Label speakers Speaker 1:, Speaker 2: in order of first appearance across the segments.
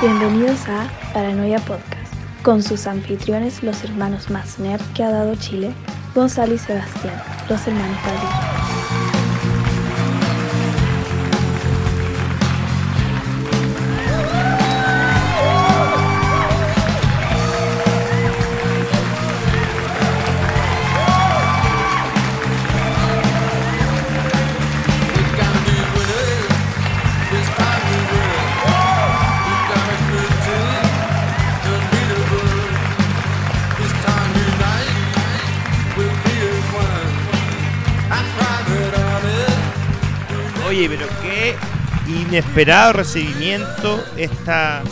Speaker 1: Bienvenidos a Paranoia Podcast, con sus anfitriones, los hermanos más nerd que ha dado Chile, Gonzalo y Sebastián, los hermanos Padilla.
Speaker 2: Oye, pero qué inesperado recibimiento esta,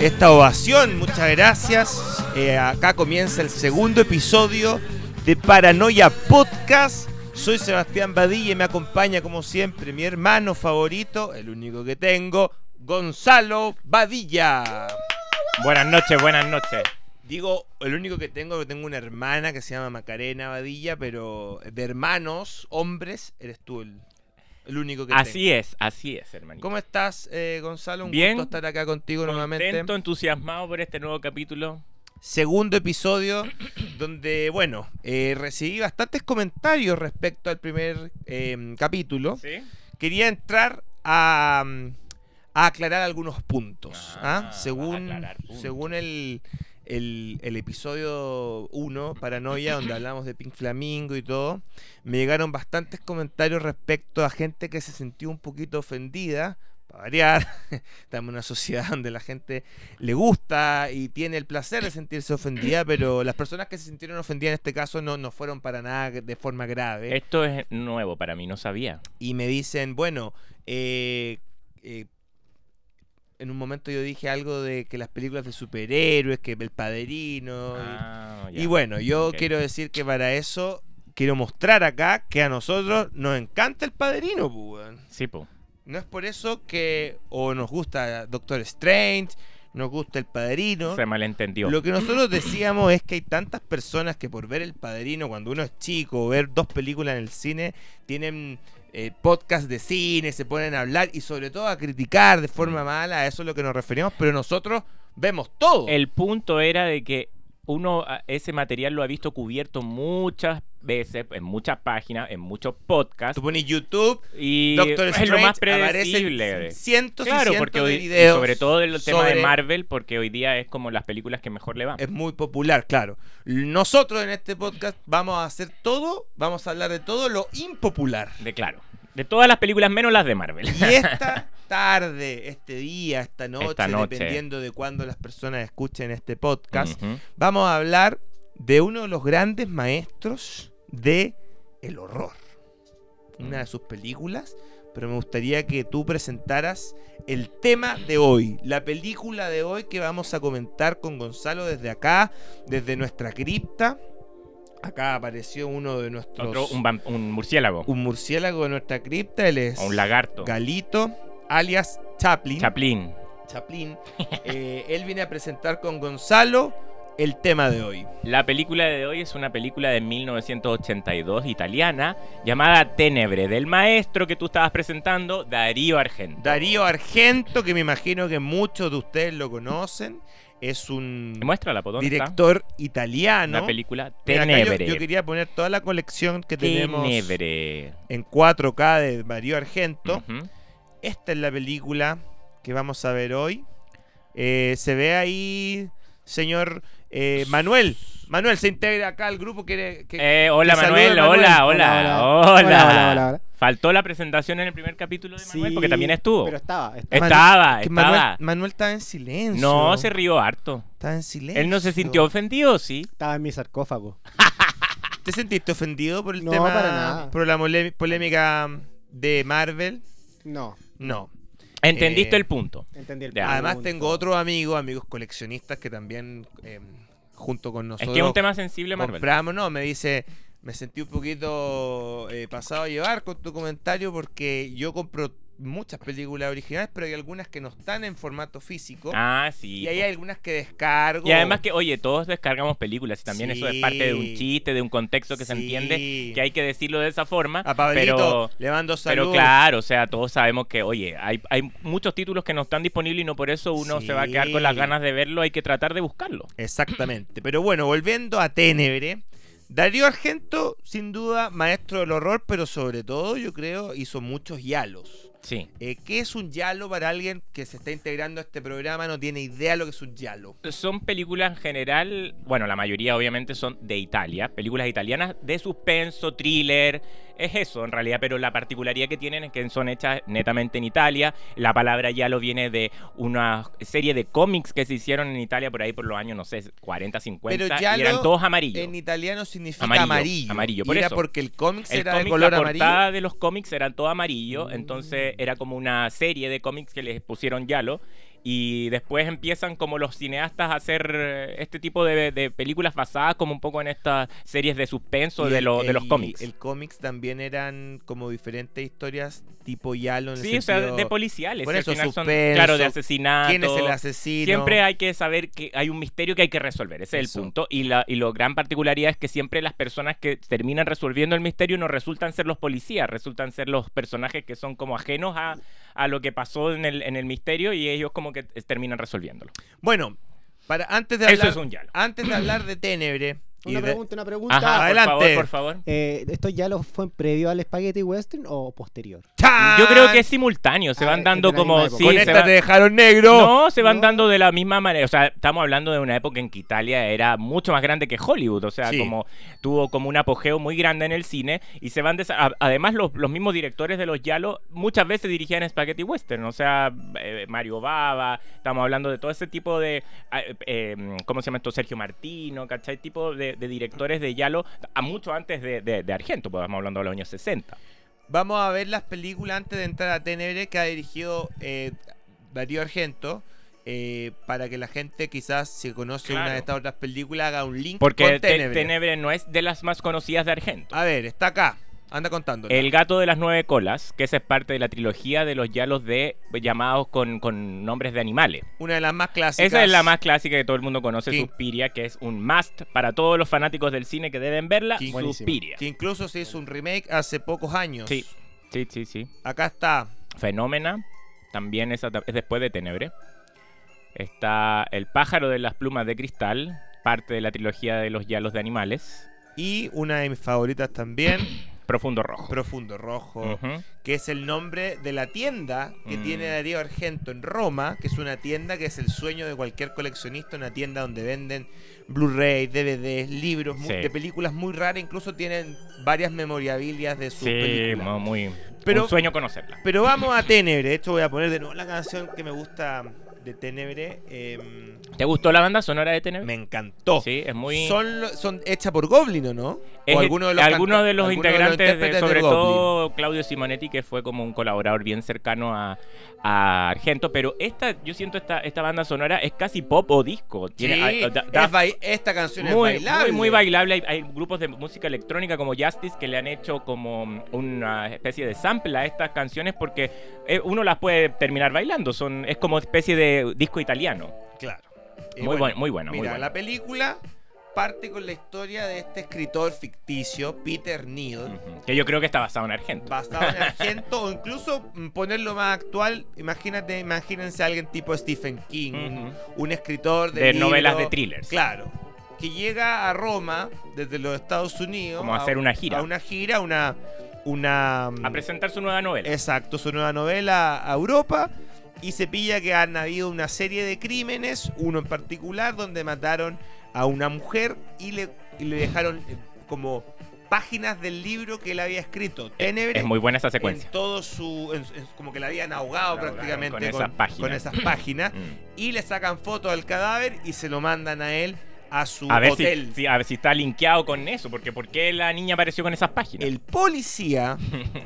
Speaker 2: esta ovación. Muchas gracias. Eh, acá comienza el segundo episodio de Paranoia Podcast. Soy Sebastián Badilla y me acompaña, como siempre, mi hermano favorito, el único que tengo, Gonzalo Badilla.
Speaker 3: Buenas noches, buenas noches.
Speaker 2: Digo, el único que tengo, que tengo una hermana que se llama Macarena Badilla, pero de hermanos, hombres, eres tú el, el único que
Speaker 3: Así es, así es, hermanito.
Speaker 2: tengo. ¿Cómo estás, eh, Gonzalo? Un
Speaker 3: Bien.
Speaker 2: gusto estar acá contigo nuevamente.
Speaker 3: Contento, entusiasmado por este nuevo capítulo.
Speaker 2: Segundo episodio donde, bueno, eh, recibí bastantes comentarios respecto al primer eh, capítulo.
Speaker 3: ¿Sí?
Speaker 2: Quería entrar a, mm, a aclarar algunos puntos.
Speaker 3: Ah,
Speaker 2: ¿ah? Según,
Speaker 3: a aclarar puntos.
Speaker 2: según el, el- el episodio 1, Paranoia, donde hablamos de Pink Flamingo y todo, me llegaron bastantes comentarios respecto a gente que se sintió un poquito ofendida. Para variar, estamos en una sociedad donde la gente le gusta y tiene el placer de sentirse ofendida, pero las personas que se sintieron ofendidas en este caso no, no fueron para nada de forma grave
Speaker 3: Esto es nuevo para mí, no sabía.
Speaker 2: y me dicen, bueno, eh, eh, en un momento yo dije algo de que las películas de superhéroes, que El Padrino. y-
Speaker 3: Ah,
Speaker 2: y,
Speaker 3: ya.
Speaker 2: bueno, yo
Speaker 3: Ok.
Speaker 2: quiero decir que para eso quiero mostrar acá que a nosotros nos encanta El Padrino, pues, weón.
Speaker 3: Sí, po.
Speaker 2: No es por eso que o nos gusta Doctor Strange, nos gusta El Padrino.
Speaker 3: Se malentendió.
Speaker 2: Lo que nosotros decíamos es que hay tantas personas que por ver El Padrino cuando uno es chico, o ver dos películas en el cine, tienen eh, podcast de cine, se ponen a hablar y sobre todo a criticar de forma mala, a eso es lo que nos referimos, pero nosotros vemos todo.
Speaker 3: El punto era de que uno a- ese material lo ha visto cubierto muchas veces, en muchas páginas, en muchos podcasts.
Speaker 2: Tú pones YouTube,
Speaker 3: Y
Speaker 2: Doctor
Speaker 3: es
Speaker 2: Strange,
Speaker 3: lo más
Speaker 2: aparecen
Speaker 3: predecible.
Speaker 2: cientos
Speaker 3: Claro,
Speaker 2: y cientos
Speaker 3: porque
Speaker 2: de
Speaker 3: hoy, y
Speaker 2: videos.
Speaker 3: sobre todo el tema de
Speaker 2: sobre-
Speaker 3: Marvel, porque hoy día es como las películas que mejor le van.
Speaker 2: Es muy popular, claro. Nosotros en este podcast vamos a hacer todo, vamos a hablar de todo lo impopular.
Speaker 3: De claro. De todas las películas menos las de Marvel.
Speaker 2: Y esta tarde, este día, esta noche,
Speaker 3: Esta noche.
Speaker 2: dependiendo de cuándo las personas escuchen este podcast,
Speaker 3: Ujú.
Speaker 2: vamos a hablar de uno de los grandes maestros de el horror. Una de sus películas, pero me gustaría que tú presentaras el tema de hoy, la película de hoy que vamos a comentar con Gonzalo desde acá, desde nuestra cripta. Acá apareció uno de nuestros
Speaker 3: Otro, un, vam- un murciélago.
Speaker 2: un murciélago de nuestra cripta, él es
Speaker 3: o un lagarto.
Speaker 2: Galito, alias Chaplin.
Speaker 3: Chaplin.
Speaker 2: Chaplin. Eh, él viene a presentar con Gonzalo el tema de hoy.
Speaker 3: La película de hoy es una película de 1982 italiana llamada Tenebre, del maestro que tú estabas presentando, Darío Argento.
Speaker 2: Darío Argento, que me imagino que muchos de ustedes lo conocen, es un
Speaker 3: Muéstrala, ¿por dónde está?
Speaker 2: director italiano.
Speaker 3: La película
Speaker 2: Mira, acá yo-
Speaker 3: Tenebre.
Speaker 2: Yo, quería poner toda la colección que tenemos
Speaker 3: Tenebre.
Speaker 2: en 4K de Darío Argento.
Speaker 3: Ujú.
Speaker 2: Esta es la película que vamos a ver hoy. Eh, se ve ahí, señor eh, Manuel. Manuel se integra acá al grupo que... que-
Speaker 3: Eh, hola
Speaker 2: que saluda
Speaker 3: Manuel,
Speaker 2: Manuel.
Speaker 3: Hola, hola, hola, hola,
Speaker 4: Hola, hola, hola, hola.
Speaker 3: Faltó la presentación en el primer capítulo de Manuel porque
Speaker 4: Sí,
Speaker 3: también estuvo.
Speaker 4: Pero estaba, estaba.
Speaker 2: Manu-
Speaker 3: Estaba,
Speaker 2: que Manuel,
Speaker 3: estaba.
Speaker 2: Manuel estaba en silencio.
Speaker 3: No, se rió harto.
Speaker 2: Estaba en silencio.
Speaker 3: Él no se sintió ofendido, sí.
Speaker 4: estaba en mi sarcófago.
Speaker 2: ¿Te sentiste ofendido por el
Speaker 4: No,
Speaker 2: tema?
Speaker 4: para nada.
Speaker 2: Por la mole- polémica de Marvel.
Speaker 4: No,
Speaker 2: No.
Speaker 3: Entendiste
Speaker 2: Eh,
Speaker 3: el punto.
Speaker 4: entendí el
Speaker 3: Ya.
Speaker 2: Además
Speaker 4: punto.
Speaker 2: tengo otros amigos, amigos coleccionistas que también eh, junto con
Speaker 3: Es
Speaker 2: nosotros...
Speaker 3: que es un tema sensible, Marvel.
Speaker 2: compramos, no, me dice, me sentí un poquito eh, pasado a llevar con tu comentario porque yo compro muchas películas originales, pero hay algunas que no están en formato físico.
Speaker 3: Ah, sí.
Speaker 2: y ahí
Speaker 3: po.
Speaker 2: hay algunas que descargo.
Speaker 3: Y además que, oye, todos descargamos películas y también eso es parte de un
Speaker 2: Sí.
Speaker 3: chiste, de un contexto que se entiende,
Speaker 2: Sí.
Speaker 3: que hay que decirlo de esa forma.
Speaker 2: A Pablito
Speaker 3: pero,
Speaker 2: le mando
Speaker 3: pero
Speaker 2: saludos.
Speaker 3: claro, o sea, todos sabemos que, oye, hay, hay muchos títulos que no están disponibles y no por eso uno se va a quedar con las
Speaker 2: Sí.
Speaker 3: ganas de verlo, hay que tratar de buscarlo.
Speaker 2: Exactamente. Pero bueno, volviendo a Ténebre. Darío Argento, sin duda, maestro del horror, pero sobre todo, yo creo, hizo muchos yalos.
Speaker 3: Sí.
Speaker 2: Eh, ¿Qué es un yalo para alguien que se está integrando a este programa? No tiene idea lo que es un yalo.
Speaker 3: Son películas en general, bueno, la mayoría obviamente son de Italia, películas italianas de suspenso, thriller, es eso en realidad, pero la particularidad que tienen es que son hechas netamente en Italia. La palabra Yalo viene de una serie de cómics que se hicieron en Italia por ahí por los años, no sé, 40, 50,
Speaker 2: Pero
Speaker 3: y
Speaker 2: giallo
Speaker 3: eran todos amarillos.
Speaker 2: En italiano significa
Speaker 3: Amarillo,
Speaker 2: amarillo.
Speaker 3: amarillo,
Speaker 2: Y
Speaker 3: por
Speaker 2: era
Speaker 3: eso.
Speaker 2: porque el cómic
Speaker 3: El
Speaker 2: era
Speaker 3: cómic,
Speaker 2: de color
Speaker 3: la
Speaker 2: amarillo. Mm.
Speaker 3: portada de los cómics eran todo amarillo, entonces era como una serie de cómics que les pusieron Yalo. Y después empiezan como los cineastas a hacer eh, este tipo de, de películas basadas como un poco en estas series de suspenso
Speaker 2: Y
Speaker 3: de,
Speaker 2: el-
Speaker 3: lo- de
Speaker 2: el-
Speaker 3: los cómics.
Speaker 2: El cómics también eran como diferentes historias tipo yalo en el
Speaker 3: sí, o sea, de-
Speaker 2: sentido,
Speaker 3: de policiales.
Speaker 2: por
Speaker 3: si al
Speaker 2: eso,
Speaker 3: final son,
Speaker 2: suspenso,
Speaker 3: claro, de
Speaker 2: ¿Quién es el
Speaker 3: asesinato.
Speaker 2: asesino?
Speaker 3: Siempre hay que saber que hay un misterio que hay que resolver, ese es
Speaker 2: Eso.
Speaker 3: el punto. Y la y lo gran particularidad es que siempre las personas que terminan resolviendo el misterio no resultan ser los policías, resultan ser los personajes que son como ajenos a, a lo que pasó en el, en el misterio y ellos como que eh, terminan resolviéndolo.
Speaker 2: Bueno, para, antes, de
Speaker 3: Eso
Speaker 2: hablar,
Speaker 3: es un yalo.
Speaker 2: antes de hablar de Ténebre. y
Speaker 4: Una
Speaker 2: de-
Speaker 4: pregunta, una pregunta.
Speaker 3: Ajá,
Speaker 2: adelante.
Speaker 3: por favor, por favor.
Speaker 4: Eh, ¿Esto ya lo fue previo al Spaghetti Western o posterior?
Speaker 2: ¡Chan!
Speaker 3: Yo creo que es simultáneo, se
Speaker 4: Ah,
Speaker 3: van
Speaker 4: es
Speaker 3: dando
Speaker 4: de la
Speaker 3: como...
Speaker 4: misma época.
Speaker 3: sí,
Speaker 2: Con
Speaker 3: se
Speaker 2: esta
Speaker 3: va-
Speaker 2: te dejaron negro.
Speaker 3: No, se van
Speaker 4: No.
Speaker 3: dando de la misma manera. O sea, estamos hablando de una época en que Italia era mucho más grande que Hollywood. O sea,
Speaker 2: Sí.
Speaker 3: como tuvo como un apogeo muy grande en el cine. Y se van desa- a- Además, los, los mismos directores de los Yalo muchas veces dirigían Spaghetti Western. O sea, eh, Mario Bava, estamos hablando de todo ese tipo de. eh, eh, ¿Cómo se llama esto? Sergio Martino, ¿cachai? Tipo de, de directores de Yalo, a mucho antes de, de, de Argento, pues estamos hablando de los años 60.
Speaker 2: Vamos a ver las películas antes de entrar a Tenebre que ha dirigido eh, Darío Argento. eh, para que la gente quizás si conoce una
Speaker 3: Claro.
Speaker 2: de estas otras películas haga un link
Speaker 3: Porque
Speaker 2: con
Speaker 3: Te-
Speaker 2: Tenebre.
Speaker 3: Tenebre. no es de las más conocidas de Argento.
Speaker 2: A ver, está acá. Anda contando.
Speaker 3: El gato de las nueve colas, que esa es parte de la trilogía de los yalos de llamados con, con nombres de animales.
Speaker 2: Una de las más clásicas.
Speaker 3: Esa es la más clásica que todo el mundo conoce,
Speaker 2: Sí.
Speaker 3: Suspiria, que es un must para todos los fanáticos del cine que deben verla.
Speaker 2: Sí.
Speaker 4: Buenísimo.
Speaker 3: Suspiria.
Speaker 2: Que incluso se hizo un remake hace pocos años.
Speaker 3: Sí, sí, sí, sí.
Speaker 2: Acá está.
Speaker 3: Fenómena, también esa ta- es después de Tenebre. Está El pájaro de las plumas de cristal, parte de la trilogía de los yalos de animales.
Speaker 2: Y una de mis favoritas también,
Speaker 3: Profundo rojo.
Speaker 2: Profundo Rojo,
Speaker 3: Ujú.
Speaker 2: que es el nombre de la tienda que
Speaker 3: Mm.
Speaker 2: tiene Darío Argento en Roma, que es una tienda que es el sueño de cualquier coleccionista, una tienda donde venden Blu-ray, DVDs, libros mu-
Speaker 3: Sí.
Speaker 2: de películas muy raras, incluso tienen varias memorabilias de sus
Speaker 3: Sí,
Speaker 2: películas.
Speaker 3: mo- muy...
Speaker 2: Pero-
Speaker 3: un sueño conocerla.
Speaker 2: Pero vamos a Tenebre, de hecho voy a poner de nuevo la canción que me gusta de Tenebre. em,
Speaker 3: ¿Te gustó la banda sonora de Tenebre?
Speaker 2: me encantó.
Speaker 3: Sí, es muy...
Speaker 2: Oh, Son, lo- son hechas por Goblin, ¿o no?
Speaker 3: Es
Speaker 2: o
Speaker 3: el-
Speaker 2: alguno de los,
Speaker 3: algunos
Speaker 2: canta-
Speaker 3: de los
Speaker 2: alguno de los
Speaker 3: integrantes, de,
Speaker 2: intérpretes de
Speaker 3: sobre
Speaker 2: Goblin.
Speaker 3: todo Claudio Simonetti, que fue como un colaborador bien cercano a, a Argento, pero esta, yo siento esta, esta banda sonora es casi pop o disco. Tiene-
Speaker 2: Sí,
Speaker 3: a- a- da-
Speaker 2: es
Speaker 3: da-
Speaker 2: bai- esta canción es
Speaker 3: muy,
Speaker 2: bailable.
Speaker 3: muy, muy bailable. Hay, hay grupos de música electrónica como Justice que le han hecho como una especie de sample a estas canciones porque eh, uno las puede terminar bailando. Son, es como especie de disco italiano.
Speaker 2: Claro. Y
Speaker 3: Muy bueno, muy bueno, muy
Speaker 2: Mira,
Speaker 3: bueno.
Speaker 2: la película parte con la historia de este escritor ficticio, Peter Neal,
Speaker 3: Ujú. Que yo creo que está basado en Argento.
Speaker 2: basado en Argento, o incluso mm, ponerlo más actual. Imagínate, imagínense a alguien tipo Stephen King, un-
Speaker 3: Ujú.
Speaker 2: un escritor de,
Speaker 3: De novelas de
Speaker 2: libro,
Speaker 3: thrillers.
Speaker 2: Claro. Que llega a Roma desde los Estados Unidos.
Speaker 3: Como a hacer una gira.
Speaker 2: A una gira, una. una mm,
Speaker 3: A presentar su nueva novela.
Speaker 2: Exacto, su nueva novela a Europa. Y se pilla que han habido una serie de crímenes, uno en particular, donde mataron a una mujer y le, y le dejaron eh, como páginas del libro que él había escrito. Tenebre.
Speaker 3: Es muy buena esa secuencia.
Speaker 2: en todo su. en- en- como que la habían ahogado
Speaker 3: Ahogaron
Speaker 2: prácticamente
Speaker 3: con esas páginas.
Speaker 2: con esas páginas.
Speaker 3: Mm.
Speaker 2: Y le sacan fotos al cadáver y se lo mandan a él a su
Speaker 3: A ver,
Speaker 2: hotel.
Speaker 3: si, si- a ver si está linkeado con eso, porque ¿por qué la niña apareció con esas páginas?
Speaker 2: El policía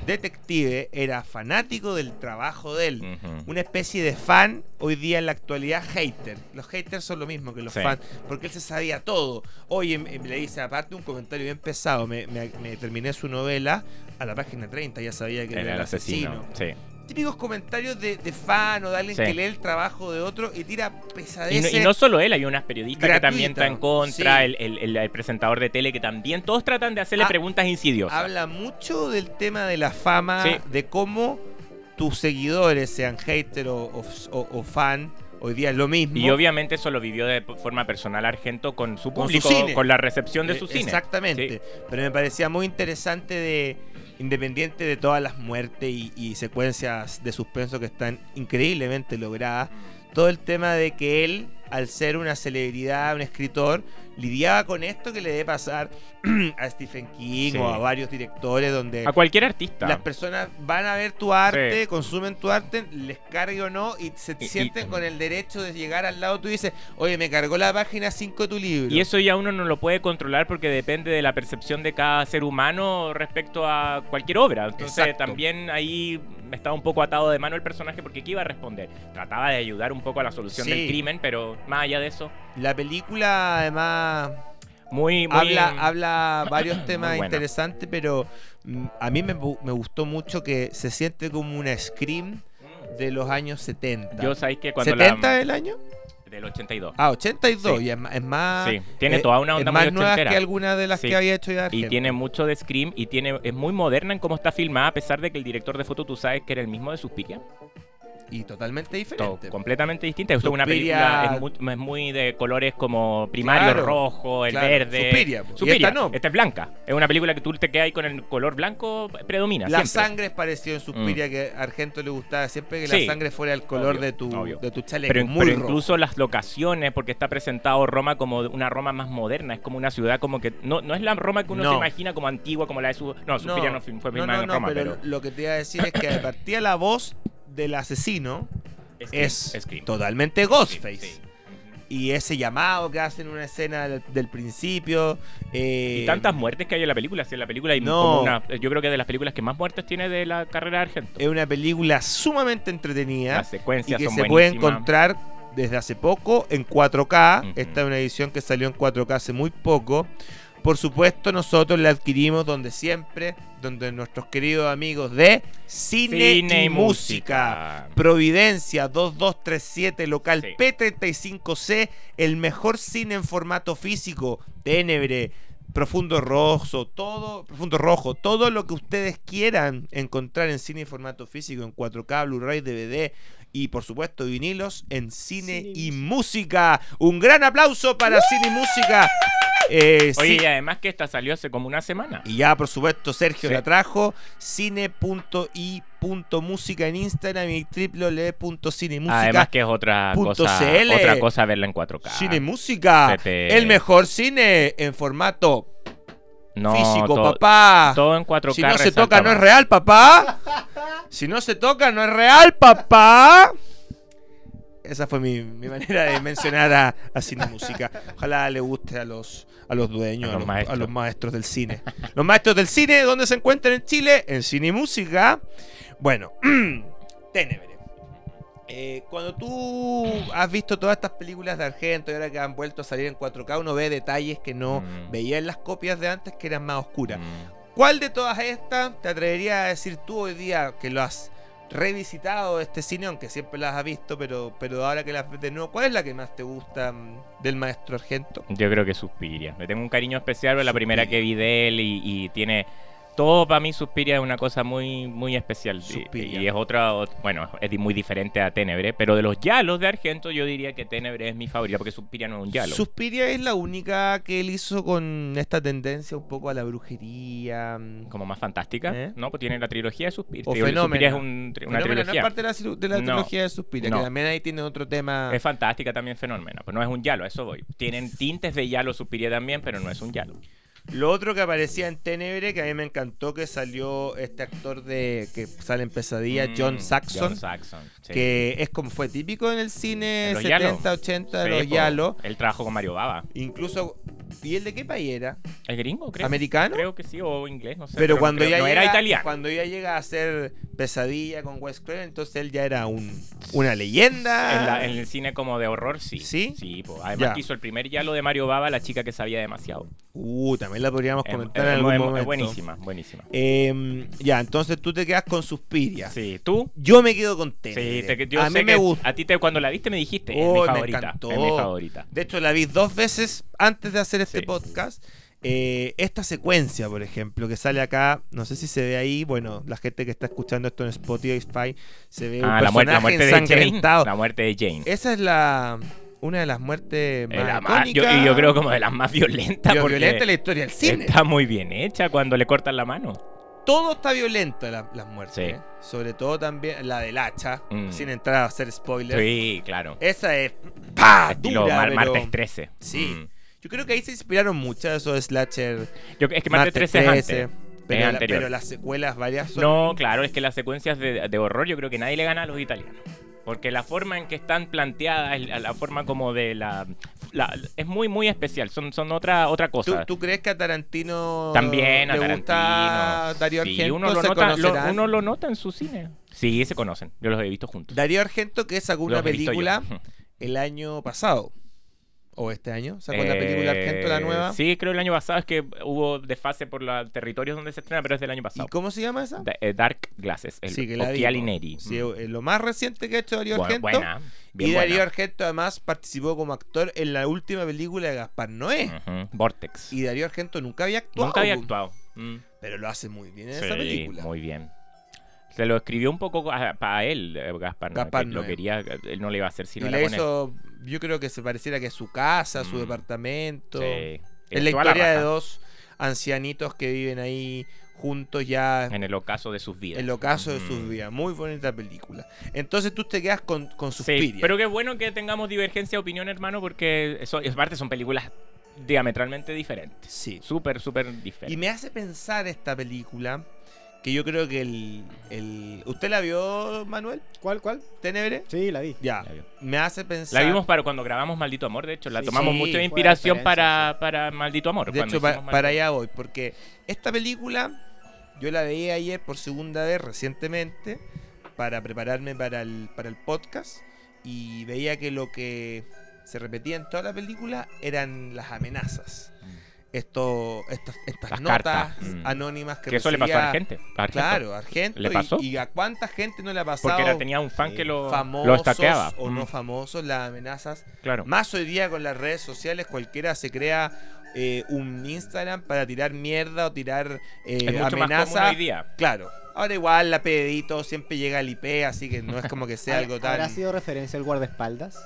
Speaker 2: detective era fanático del trabajo de él.
Speaker 3: Ujú.
Speaker 2: una especie de fan hoy día en la actualidad hater. Los haters son lo mismo que los
Speaker 3: Sí.
Speaker 2: fans, porque él se sabía todo. Hoy em- em, le dice, aparte, un comentario bien pesado. Me, me- me terminé su novela a la página 30, ya sabía que
Speaker 3: Era el asesino. Sí.
Speaker 2: típicos comentarios de, de fan o de alguien
Speaker 3: Sí.
Speaker 2: que lee el trabajo de otro y tira
Speaker 3: Y no,
Speaker 2: pesadeces.
Speaker 3: y no solo él, hay unas periodistas que
Speaker 2: gratuito,
Speaker 3: también está en contra,
Speaker 2: sí.
Speaker 3: el, el- el- el presentador de tele que también, todos tratan de hacerle
Speaker 2: Ah,
Speaker 3: preguntas insidiosas.
Speaker 2: Habla mucho del tema de la fama,
Speaker 3: Sí.
Speaker 2: de cómo tus seguidores, sean hater o, o, o- o fan, hoy día es lo mismo.
Speaker 3: Y obviamente eso lo vivió de forma personal Argento con su
Speaker 2: Con su
Speaker 3: público, con,
Speaker 2: cine.
Speaker 3: la recepción de su
Speaker 2: Eh,
Speaker 3: cine.
Speaker 2: Exactamente. Pero me parecía muy interesante de. Independiente de todas las muertes y, y secuencias de suspenso que están increíblemente logradas, todo el tema de que él, al ser una celebridad, un escritor, lidiaba con esto que le debe pasar a Stephen King
Speaker 3: Sí.
Speaker 2: o a varios directores donde
Speaker 3: A cualquier artista.
Speaker 2: las personas van a ver tu arte, consumen tu arte, les cargue o no, y se
Speaker 3: Y- y-
Speaker 2: sienten con el derecho de llegar al lado tú dices, oye, me cargó la página 5 de tu libro.
Speaker 3: Y eso ya uno no lo puede controlar porque depende de la percepción de cada ser humano respecto a cualquier obra. Entonces
Speaker 2: Exacto.
Speaker 3: también ahí estaba un poco atado de mano el personaje porque ¿qué iba a responder? Trataba de ayudar un poco a la solución
Speaker 2: Sí.
Speaker 3: del crimen, pero más allá de eso,
Speaker 2: La película, además,
Speaker 3: muy... muy
Speaker 2: habla, habla varios temas
Speaker 3: buena.
Speaker 2: interesantes, pero mm, a mí me, bu- me gustó mucho que se siente como una scream de los años 70.
Speaker 3: Yo sabéis que cuando
Speaker 2: ¿70
Speaker 3: la...
Speaker 2: el año?
Speaker 3: Del 82.
Speaker 2: Ah, 82,
Speaker 3: Sí.
Speaker 2: y es, ma- es más...
Speaker 3: Sí, tiene
Speaker 2: eh,
Speaker 3: toda una
Speaker 2: es
Speaker 3: onda muy
Speaker 2: más nueva
Speaker 3: ochentera.
Speaker 2: que algunas de las
Speaker 3: Sí.
Speaker 2: que había hecho ya
Speaker 3: Y
Speaker 2: Argento.
Speaker 3: tiene mucho de Scream y tiene es muy moderna en cómo está filmada, a pesar de que el director de foto, tú sabes que era el mismo de Suspiria.
Speaker 2: Y totalmente
Speaker 3: To-
Speaker 2: diferente.
Speaker 3: completamente distinta. Esto es una
Speaker 2: Suspiria-
Speaker 3: película, es mu- es muy, de colores como primario,
Speaker 2: Claro,
Speaker 3: rojo, el
Speaker 2: claro.
Speaker 3: verde.
Speaker 2: Suspiria, po. Y
Speaker 3: Suspiria.
Speaker 2: esta no.
Speaker 3: es blanca. Es una película que tú te quedas ahí con el color blanco, predomina.
Speaker 2: La
Speaker 3: siempre. Mm.
Speaker 2: sangre es parecida en Suspiria que a Argento le gustaba siempre que
Speaker 3: Sí.
Speaker 2: la sangre fuera el color
Speaker 3: Obvio,
Speaker 2: de tu
Speaker 3: obvio.
Speaker 2: de tu chaleco,
Speaker 3: Pero,
Speaker 2: muy
Speaker 3: pero
Speaker 2: rojo.
Speaker 3: incluso las locaciones, porque está presentado Roma como una Roma más moderna, es como una ciudad como que no, no es la Roma que uno
Speaker 2: No.
Speaker 3: se imagina como antigua, como la de su... No, Suspiria no, fue
Speaker 2: no,
Speaker 3: filmada
Speaker 2: no,
Speaker 3: en
Speaker 2: no,
Speaker 3: Roma,
Speaker 2: pero,
Speaker 3: pero...
Speaker 2: lo que te iba a decir es que de partida la voz del asesino
Speaker 3: Scream,
Speaker 2: es
Speaker 3: Scream.
Speaker 2: totalmente
Speaker 3: Sí,
Speaker 2: Ghostface.
Speaker 3: sí. Ujú.
Speaker 2: Y ese llamado que hacen en una escena del, del principio. eh,
Speaker 3: Y tantas muertes que hay en la película. Si en la película hay
Speaker 2: No.
Speaker 3: como una. Yo creo que de las películas que más muertes tiene de la carrera de Argento.
Speaker 2: Es una película sumamente entretenida.
Speaker 3: Las
Speaker 2: y
Speaker 3: secuencias
Speaker 2: que
Speaker 3: son
Speaker 2: se puede
Speaker 3: buenísimas.
Speaker 2: encontrar desde hace poco en 4K.
Speaker 3: Ujú.
Speaker 2: Esta es una edición que salió en 4K hace muy poco. Por supuesto, nosotros la adquirimos donde siempre, donde nuestros queridos amigos de Cine, y, música. Providencia 2237, local
Speaker 3: Sí.
Speaker 2: P35C, el mejor cine en formato físico, tenebre, profundo rojo, todo, profundo rojo, todo lo que ustedes quieran encontrar en cine en formato físico, en 4K, Blu-ray, DVD y por supuesto vinilos en cine,
Speaker 4: Cine
Speaker 2: y
Speaker 4: y
Speaker 2: música. Un gran aplauso para cine y música. Eh, sí.
Speaker 3: Oye, y además que esta salió hace como una semana.
Speaker 2: Y ya, por supuesto, Sergio
Speaker 3: Sí.
Speaker 2: la trajo. Cine.i.música en Instagram y www.cinemúsica.
Speaker 3: Además que es otra
Speaker 2: punto
Speaker 3: cosa,
Speaker 2: CL.
Speaker 3: otra cosa verla en 4K.
Speaker 2: Cine Música.
Speaker 3: Se te-
Speaker 2: El mejor cine en formato
Speaker 3: no,
Speaker 2: físico,
Speaker 3: todo,
Speaker 2: papá.
Speaker 3: Todo en 4K.
Speaker 2: si no se
Speaker 3: resalta
Speaker 2: toca, no
Speaker 3: más.
Speaker 2: es real, papá. Si no se toca, no es real, papá. Esa fue mi, mi manera de mencionar a, a Cine Música. Ojalá le guste a los, a los dueños,
Speaker 3: A
Speaker 2: a
Speaker 3: los
Speaker 2: los,
Speaker 3: maestros.
Speaker 2: a los maestros del cine. Los maestros del cine, ¿dónde se encuentran en Chile? En Cine y Música. Bueno, Tenebre. Eh, cuando tú has visto todas estas películas de Argento y ahora que han vuelto a salir en 4K, uno ve detalles que no
Speaker 3: Mm.
Speaker 2: veía en las copias de antes que eran más oscuras.
Speaker 3: Mm.
Speaker 2: ¿Cuál de todas estas te atreverías a decir tú hoy día que lo has revisitado este cine, aunque siempre las has visto, pero, pero ahora que las ves de nuevo, ¿cuál es la que más te gusta mm, del maestro Argento?
Speaker 3: Mm, Yo creo que Suspiria. Le tengo un cariño especial, fue la primera
Speaker 2: Suspiria.
Speaker 3: que vi de él y, y tiene. Todo para mí Suspiria es una cosa muy, muy especial. Y-
Speaker 2: Suspiria.
Speaker 3: Y, es otra, ot- bueno, es di- muy diferente a Tenebre, pero de los yalos de Argento yo diría que Tenebre es mi favorita porque Suspiria no es un yalo.
Speaker 2: Suspiria es la única que él hizo con esta tendencia un poco a la brujería. mm,
Speaker 3: como más fantástica,
Speaker 2: ¿Eh?
Speaker 3: ¿no? Pues tiene la trilogía de Suspiria.
Speaker 2: O
Speaker 3: Tri- Suspiria
Speaker 2: Fenómeno.
Speaker 3: es un tri-
Speaker 2: Fenómeno
Speaker 3: una
Speaker 2: no
Speaker 3: trilogía.
Speaker 2: es parte ah. de la, silu- de la
Speaker 3: No.
Speaker 2: trilogía de Suspiria,
Speaker 3: No.
Speaker 2: que también ahí tiene otro tema.
Speaker 3: Es fantástica también fenómeno, pues no es un yalo, a eso voy. Tienen tintes de yalo Suspiria también, pero no es un yalo.
Speaker 2: Lo otro que aparecía en Tenebre, que a mí me encantó, que salió este actor de que sale en Pesadilla,
Speaker 3: Mm,
Speaker 2: John Saxon.
Speaker 3: John Saxon, sí.
Speaker 2: que es como fue típico en el cine
Speaker 3: En los
Speaker 2: 70,
Speaker 3: yalos.
Speaker 2: 80,
Speaker 3: Sí,
Speaker 2: de los
Speaker 3: po.
Speaker 2: yalos.
Speaker 3: Él trabajó con Mario Baba.
Speaker 2: Incluso, ¿y él de qué país era?
Speaker 3: ¿Es gringo, creo?
Speaker 2: ¿Americano?
Speaker 3: Creo que sí, o inglés, no sé.
Speaker 2: pero
Speaker 3: no
Speaker 2: cuando
Speaker 3: creo-
Speaker 2: ya
Speaker 3: no
Speaker 2: llega,
Speaker 3: era italiano.
Speaker 2: Cuando ella llega a ser Pesadilla con Wes Craven, entonces él ya era un, una leyenda.
Speaker 3: En, la- en el cine como de horror, sí.
Speaker 2: Ah. ¿Sí?
Speaker 3: Sí, po. además
Speaker 2: Ya.
Speaker 3: que hizo el primer ya lo de Mario Baba, la chica que sabía demasiado.
Speaker 2: Uh, también la podríamos
Speaker 3: Es-
Speaker 2: comentar
Speaker 3: es-
Speaker 2: en algún
Speaker 3: Em, es- es
Speaker 2: momento.
Speaker 3: buenísima, buenísima.
Speaker 2: Em, ya, entonces tú te quedas con Suspiria.
Speaker 3: Sí, ¿tú?
Speaker 2: Yo me quedo con
Speaker 3: Sí,
Speaker 2: Tenet.
Speaker 3: te- yo
Speaker 2: a
Speaker 3: sé
Speaker 2: mí me
Speaker 3: que
Speaker 2: gusta.
Speaker 3: A ti te, cuando la viste me dijiste, es
Speaker 2: Oh,
Speaker 3: mi
Speaker 2: me
Speaker 3: favorita.
Speaker 2: encantó.
Speaker 3: Es mi favorita.
Speaker 2: De hecho, la vi dos veces antes de hacer este
Speaker 3: Sí.
Speaker 2: podcast. Eh, esta secuencia, por ejemplo, que sale acá, no sé si se ve ahí, bueno, la gente que está escuchando esto en Spotify se ve un
Speaker 3: Ah,
Speaker 2: Eh, personaje
Speaker 3: la muerte, la muerte de Jane.
Speaker 2: ensangrentado. Eh,
Speaker 3: La muerte de Jane.
Speaker 2: Esa es la una de las muertes
Speaker 3: Eh,
Speaker 2: más
Speaker 3: la más- yo,
Speaker 2: icónicas,
Speaker 3: y yo creo como de las más violentas
Speaker 2: bio-
Speaker 3: porque
Speaker 2: violenta de la historia del cine.
Speaker 3: está muy bien hecha cuando le cortan la mano.
Speaker 2: Todo está violento la- las muertes,
Speaker 3: Sí.
Speaker 2: ¿eh? sobre todo también la del hacha,
Speaker 3: Mm.
Speaker 2: sin entrar a hacer spoiler.
Speaker 3: Sí, claro.
Speaker 2: Esa es pa
Speaker 3: Estilo
Speaker 2: dura,
Speaker 3: Mar-
Speaker 2: pero-
Speaker 3: martes 13.
Speaker 2: Sí.
Speaker 3: Mm.
Speaker 2: Yo creo que ahí se inspiraron mucho de esos slasher.
Speaker 3: Yo, es que martes 13 es antes.
Speaker 2: Pero,
Speaker 3: Es
Speaker 2: la-
Speaker 3: anterior.
Speaker 2: pero las secuelas varias son.
Speaker 3: No, claro, es que las secuencias de, de horror yo creo que nadie le gana a los italianos. Porque la forma en que están planteadas, el- la forma como de la... la- es muy, muy especial. Son, son otra, otra
Speaker 2: ¿Tú,
Speaker 3: cosa.
Speaker 2: tú crees que a Tarantino
Speaker 3: También a
Speaker 2: le gusta
Speaker 3: Tarantino.
Speaker 2: Darío
Speaker 3: Sí,
Speaker 2: Argento?
Speaker 3: uno lo,
Speaker 2: ¿Se
Speaker 3: nota, lo-
Speaker 2: conocerán?
Speaker 3: uno lo nota en su cine. Sí, se conocen. Yo los he visto juntos.
Speaker 2: Darío Argento que sacó
Speaker 3: Los
Speaker 2: una
Speaker 3: he visto yo.
Speaker 2: película el año pasado. ¿O este año? ¿Sacó la película
Speaker 3: Eh,
Speaker 2: Argento, la nueva?
Speaker 3: Sí, creo el año pasado. Es que hubo desfase por los territorios donde se estrena, pero es del año
Speaker 2: ¿Y
Speaker 3: pasado.
Speaker 2: cómo se llama esa?
Speaker 3: Da- eh, Dark Glasses, el
Speaker 2: Sí, que la vi,
Speaker 3: Occhiali
Speaker 2: po.
Speaker 3: Neri.
Speaker 2: Sí,
Speaker 3: Mm.
Speaker 2: eh, lo más reciente que ha hecho Darío
Speaker 3: Bu-
Speaker 2: Argento.
Speaker 3: buena, bien
Speaker 2: y Darío
Speaker 3: buena.
Speaker 2: Argento además participó como actor en la última película de Gaspar Noé.
Speaker 3: Ujú, Vortex.
Speaker 2: Y Darío Argento nunca había actuado.
Speaker 3: Mm. Nunca había
Speaker 2: po.
Speaker 3: actuado. Mm.
Speaker 2: Pero lo hace muy bien en
Speaker 3: Sí,
Speaker 2: esa película.
Speaker 3: muy bien. Se lo escribió un poco para él, eh, Gaspar. Noé,
Speaker 2: Gaspar
Speaker 3: que Lo
Speaker 2: Noé.
Speaker 3: quería, él no le iba a hacer
Speaker 2: Y
Speaker 3: sino
Speaker 2: le
Speaker 3: la con él.
Speaker 2: hizo, yo creo que se pareciera que es su casa, su
Speaker 3: Mm.
Speaker 2: departamento.
Speaker 3: Sí.
Speaker 2: Es la
Speaker 3: Toda la
Speaker 2: historia de
Speaker 3: raja.
Speaker 2: dos ancianitos que viven ahí juntos ya en
Speaker 3: En el Mm. ocaso de sus vidas.
Speaker 2: el ocaso de sus
Speaker 3: Ujú.
Speaker 2: vidas. Muy bonita película. Entonces tú te quedas con, con
Speaker 3: Sí,
Speaker 2: Suspiria.
Speaker 3: pero qué bueno que tengamos divergencia de opinión, hermano, porque eso, y aparte son películas diametralmente diferentes.
Speaker 2: Sí.
Speaker 3: Súper, súper
Speaker 2: Y
Speaker 3: diferentes.
Speaker 2: me hace pensar esta película que yo creo que el... el- ¿Usted la vio, Manuel?
Speaker 4: ¿Cuál, cuál?
Speaker 2: ¿Tenebre?
Speaker 4: Sí, la vi.
Speaker 2: Ya.
Speaker 3: La vio.
Speaker 2: Me hace pensar...
Speaker 3: La vimos para cuando grabamos Maldito Amor, de hecho, la
Speaker 4: Sí,
Speaker 3: tomamos
Speaker 2: sí,
Speaker 3: mucho
Speaker 2: fue
Speaker 3: de
Speaker 4: la
Speaker 3: inspiración
Speaker 4: referencia,
Speaker 3: para, para Maldito Amor.
Speaker 2: De
Speaker 3: cuando
Speaker 2: hecho, pa-
Speaker 3: hicimos Maldito-
Speaker 2: para allá voy, porque esta película yo la veía ayer por segunda vez recientemente para prepararme para el, para el podcast y veía que lo que se repetía en toda la película eran las amenazas. Esto, estas, estas
Speaker 3: Las
Speaker 2: notas
Speaker 3: cartas, mm.
Speaker 2: anónimas que
Speaker 3: Que eso le pasó
Speaker 2: recibía-
Speaker 3: a Argento. a Argento.
Speaker 2: Claro, Argento.
Speaker 3: ¿Le
Speaker 2: y-
Speaker 3: pasó?
Speaker 2: Y, a cuánta gente no le ha pasado
Speaker 3: Porque era, tenía un fan que lo,
Speaker 2: famosos
Speaker 3: lo stalkeaba.
Speaker 2: o
Speaker 3: Mm,
Speaker 2: no famosos las amenazas
Speaker 3: claro.
Speaker 2: más hoy día con las redes sociales, cualquiera se crea eh, un Instagram para tirar mierda o tirar eh,
Speaker 3: es mucho más común
Speaker 2: amenaza.
Speaker 3: hoy día.
Speaker 2: Claro. Ahora igual la pedito siempre llega al IP, así que no es como que sea
Speaker 4: Ha-
Speaker 2: algo tan.
Speaker 4: ¿Habrá sido referencia el guardaespaldas?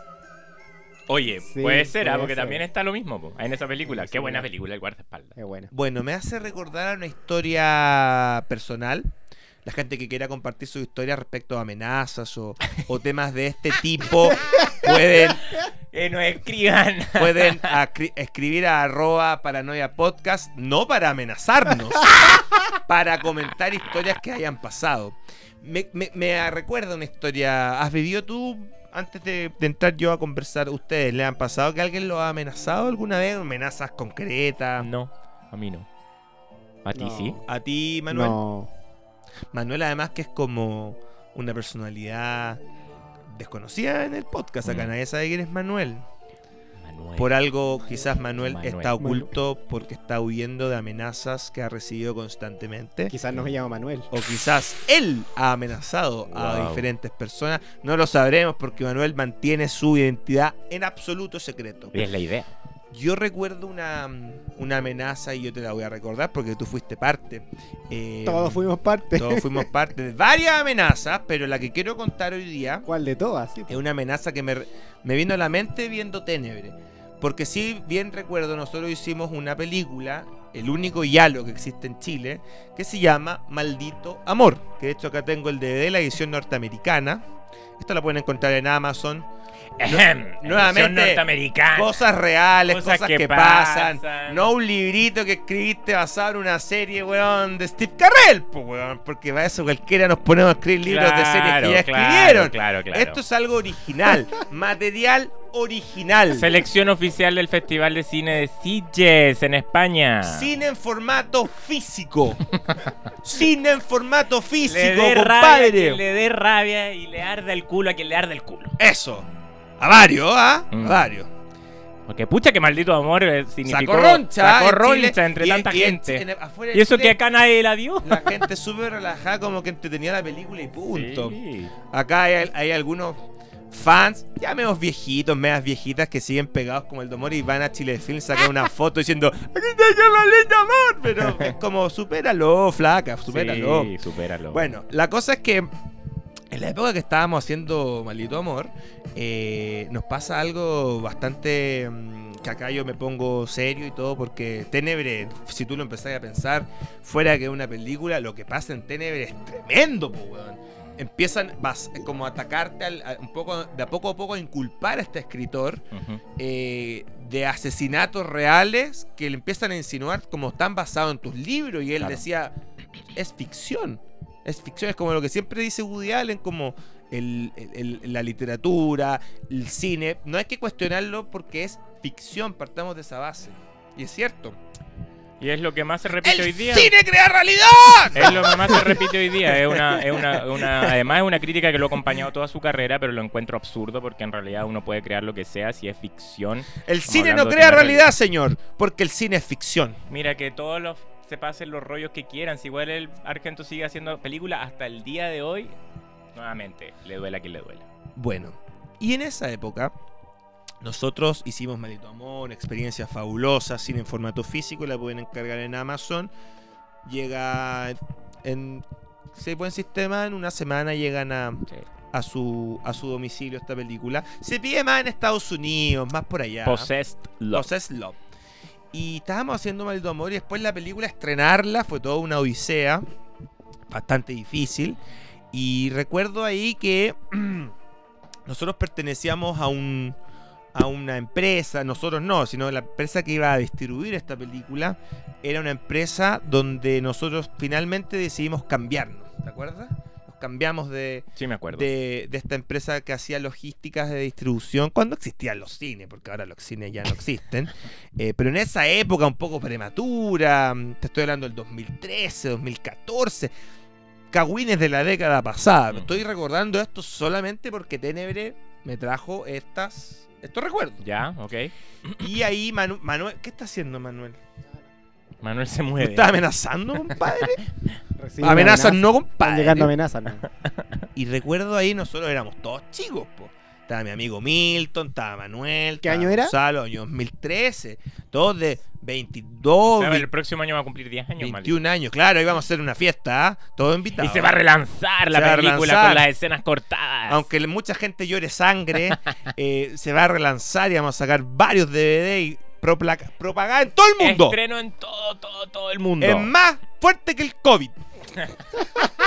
Speaker 3: Oye,
Speaker 4: Sí,
Speaker 3: puede ser, ah,
Speaker 4: puede
Speaker 3: porque
Speaker 4: ser.
Speaker 3: también está lo mismo po, en esa película.
Speaker 4: Sí,
Speaker 3: Qué
Speaker 4: sí,
Speaker 3: buena
Speaker 4: verdad.
Speaker 3: película, El guardaespaldas.
Speaker 4: Es buena.
Speaker 2: Bueno, me hace recordar a una historia personal. La gente que quiera compartir su historia respecto a amenazas o, o temas de este tipo pueden,
Speaker 3: Eh, no escriban.
Speaker 2: pueden acri- escribir a arroba paranoia podcast, no para amenazarnos, para comentar historias que hayan pasado. Me, me- me recuerda una historia. ¿Has vivido tú, antes de, de entrar yo a conversar, ustedes, le han pasado que alguien lo ha amenazado alguna vez? ¿Amenazas concretas?
Speaker 3: Ah, No, a mí no. A ti
Speaker 4: No.
Speaker 3: sí.
Speaker 2: ¿A ti, Manuel?
Speaker 4: No.
Speaker 2: Manuel, además, que es como una personalidad desconocida en el podcast. Acá
Speaker 3: Mm.
Speaker 2: nadie sabe quién es Manuel.
Speaker 3: Manuel.
Speaker 2: Por algo, quizás Manuel,
Speaker 3: Manuel.
Speaker 2: está oculto porque está huyendo de amenazas que ha recibido constantemente.
Speaker 4: Quizás no me llamo Manuel.
Speaker 2: O quizás él ha amenazado a
Speaker 3: Wow.
Speaker 2: diferentes personas. No lo sabremos porque Manuel mantiene su identidad en absoluto secreto.
Speaker 3: Y es la idea.
Speaker 2: Yo recuerdo una, una amenaza y yo te la voy a recordar porque tú fuiste parte. Eh,
Speaker 4: Todos fuimos parte.
Speaker 2: Todos fuimos parte de varias amenazas, pero la que quiero contar hoy día
Speaker 4: ¿Cuál de todas? Sí,
Speaker 2: es una amenaza que me, me vino a la mente viendo Tenebre. Porque si bien recuerdo, nosotros hicimos una película, el único yalo que existe en Chile, que se llama Maldito Amor. Que de hecho acá tengo el DVD, la edición norteamericana. Esta la pueden encontrar en Amazon.
Speaker 3: Ejem,
Speaker 2: nuevamente,
Speaker 3: edición norteamericana.
Speaker 2: Cosas reales,
Speaker 3: Ah, Cosas
Speaker 2: cosas,
Speaker 3: que
Speaker 2: que, pasan.
Speaker 3: pasan.
Speaker 2: No un librito que escribiste basado en una serie, weón, de Steve Carrell, po, weón. Porque para eso cualquiera nos ponemos a escribir libros de series que ya escribieron.
Speaker 3: Claro, claro, claro.
Speaker 2: Esto es algo original, material original.
Speaker 3: Selección oficial del Festival de Cine de Sitges en España.
Speaker 2: Cine en formato físico. Cine en formato
Speaker 3: le
Speaker 2: físico,
Speaker 3: dé rabia,
Speaker 2: compadre.
Speaker 3: que le dé rabia y le arda el culo a quien le arda el culo.
Speaker 2: Eso. A varios, ¿ah?
Speaker 3: Mm.
Speaker 2: A varios.
Speaker 3: Porque pucha que maldito amor eh, significó.
Speaker 2: Sacó roncha.
Speaker 3: sacó
Speaker 2: en
Speaker 3: roncha
Speaker 2: Chile,
Speaker 3: entre
Speaker 2: y-
Speaker 3: tanta
Speaker 2: y en-
Speaker 3: gente.
Speaker 2: en- afuera de
Speaker 3: y eso que
Speaker 2: Chile,
Speaker 3: acá nadie la vio.
Speaker 2: La gente súper relajada, como que entretenía la película y punto.
Speaker 3: Sí.
Speaker 2: Acá hay, hay algunos fans, ya menos viejitos, medias viejitas, que siguen pegados como el Domor y van a Chile Film, sacan una foto diciendo ¡Aquí está la linda amor! Pero es como, supéralo, flaca, supéralo.
Speaker 3: Sí, supéralo.
Speaker 2: Bueno, la cosa es que en la época que estábamos haciendo Maldito Amor, eh, nos pasa algo bastante. mm, que acá yo me pongo serio y todo, porque Tenebre, si tú lo empezás a pensar, fuera que una película, lo que pasa en Tenebre es tremendo, po, weón. Empiezan vas, como a atacarte al- a- un poco, de a poco a poco a inculpar a este escritor
Speaker 3: Ujú.
Speaker 2: eh, de asesinatos reales que le empiezan a insinuar como están basados en tus libros. Y él
Speaker 3: Claro.
Speaker 2: decía, es ficción. Es ficción, es como lo que siempre dice Woody Allen, como el- el- el- la literatura, el cine. No hay que cuestionarlo porque es ficción, partamos de esa base. Y es cierto.
Speaker 3: Y es lo que más se repite hoy
Speaker 2: ¡El
Speaker 3: día. Eh,
Speaker 2: cine crea realidad!
Speaker 3: Es lo que más se repite hoy día. Es una, es una- una- además es una crítica que lo ha acompañado toda su carrera, pero lo encuentro absurdo porque en realidad uno puede crear lo que sea si es ficción.
Speaker 2: El cine no
Speaker 3: hablando de
Speaker 2: crea
Speaker 3: cine
Speaker 2: realidad,
Speaker 3: realista.
Speaker 2: señor, porque el cine es ficción.
Speaker 3: Mira que todos los se pasen los rollos que quieran. Si igual el Argento sigue haciendo películas hasta el día de hoy, nuevamente, le duela a quien le duela.
Speaker 2: Bueno, y en esa época nosotros hicimos Maldito Amor, una experiencia fabulosa, cine en formato físico, la pueden encargar en Amazon. Llega en se buen sistema, en una semana llegan a,
Speaker 3: Sí.
Speaker 2: a su a su domicilio esta película. Se pide más en Estados Unidos, más por allá.
Speaker 3: Possessed Love.
Speaker 2: Possessed Love. Y estábamos haciendo Maldito Amor y después la película estrenarla fue toda una odisea, bastante difícil. Y recuerdo ahí que nosotros pertenecíamos a un a una empresa, nosotros no, sino la empresa que iba a distribuir esta película era una empresa donde nosotros finalmente decidimos cambiarnos, ¿te acuerdas? Nos cambiamos de,
Speaker 3: Sí, me acuerdo.
Speaker 2: de, de esta empresa que hacía logísticas de distribución cuando existían los cines, porque ahora los cines ya no existen. Eh, pero en esa época un poco prematura, mm, te estoy hablando del 2013, 2014, cagüines de la década pasada.
Speaker 3: Mm.
Speaker 2: Estoy recordando esto solamente porque Tenebre me trajo estas, estos recuerdos.
Speaker 3: Ya, ok.
Speaker 2: Y ahí Manu- Manuel, ¿qué está haciendo Manuel?
Speaker 3: Manuel se
Speaker 2: ¿Me
Speaker 3: mueve.
Speaker 2: está amenazando, compadre?
Speaker 4: Recibimos
Speaker 2: Amenazas
Speaker 4: amenazas.
Speaker 2: no, eh.
Speaker 4: Están
Speaker 2: compadre.
Speaker 4: llegando amenazas. ¿no?
Speaker 2: Y recuerdo ahí, nosotros éramos todos chicos, po. Estaba mi amigo Milton, estaba Manuel.
Speaker 4: ¿Qué
Speaker 2: estaba
Speaker 4: año era?
Speaker 2: Gonzalo, año 2013. Todos de 22,
Speaker 3: O sea, el
Speaker 2: vi-
Speaker 3: próximo año va a cumplir 10 años, maldito.
Speaker 2: 21 años. Claro, ahí vamos a hacer una fiesta, ¿ah? Todos
Speaker 3: Y
Speaker 2: invitados.
Speaker 3: se va a relanzar la
Speaker 2: Se va a
Speaker 3: película
Speaker 2: relanzar.
Speaker 3: con las escenas cortadas.
Speaker 2: Aunque le- mucha gente llore sangre, eh, se va a relanzar y vamos a sacar varios DVD y propla- propagada en todo el mundo.
Speaker 3: Estreno en todo, todo, todo el mundo.
Speaker 2: Es más fuerte que el COVID.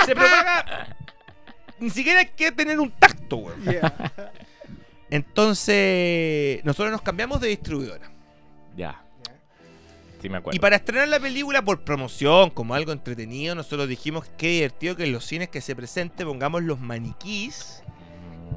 Speaker 2: se propaga. Ni siquiera hay que tener un tacto, weón.
Speaker 4: Yeah.
Speaker 2: Entonces, nosotros nos cambiamos de distribuidora.
Speaker 3: Ya. Sí, me acuerdo.
Speaker 2: Y para estrenar la película por promoción, como algo entretenido, nosotros dijimos que divertido que en los cines que se presente pongamos los maniquís,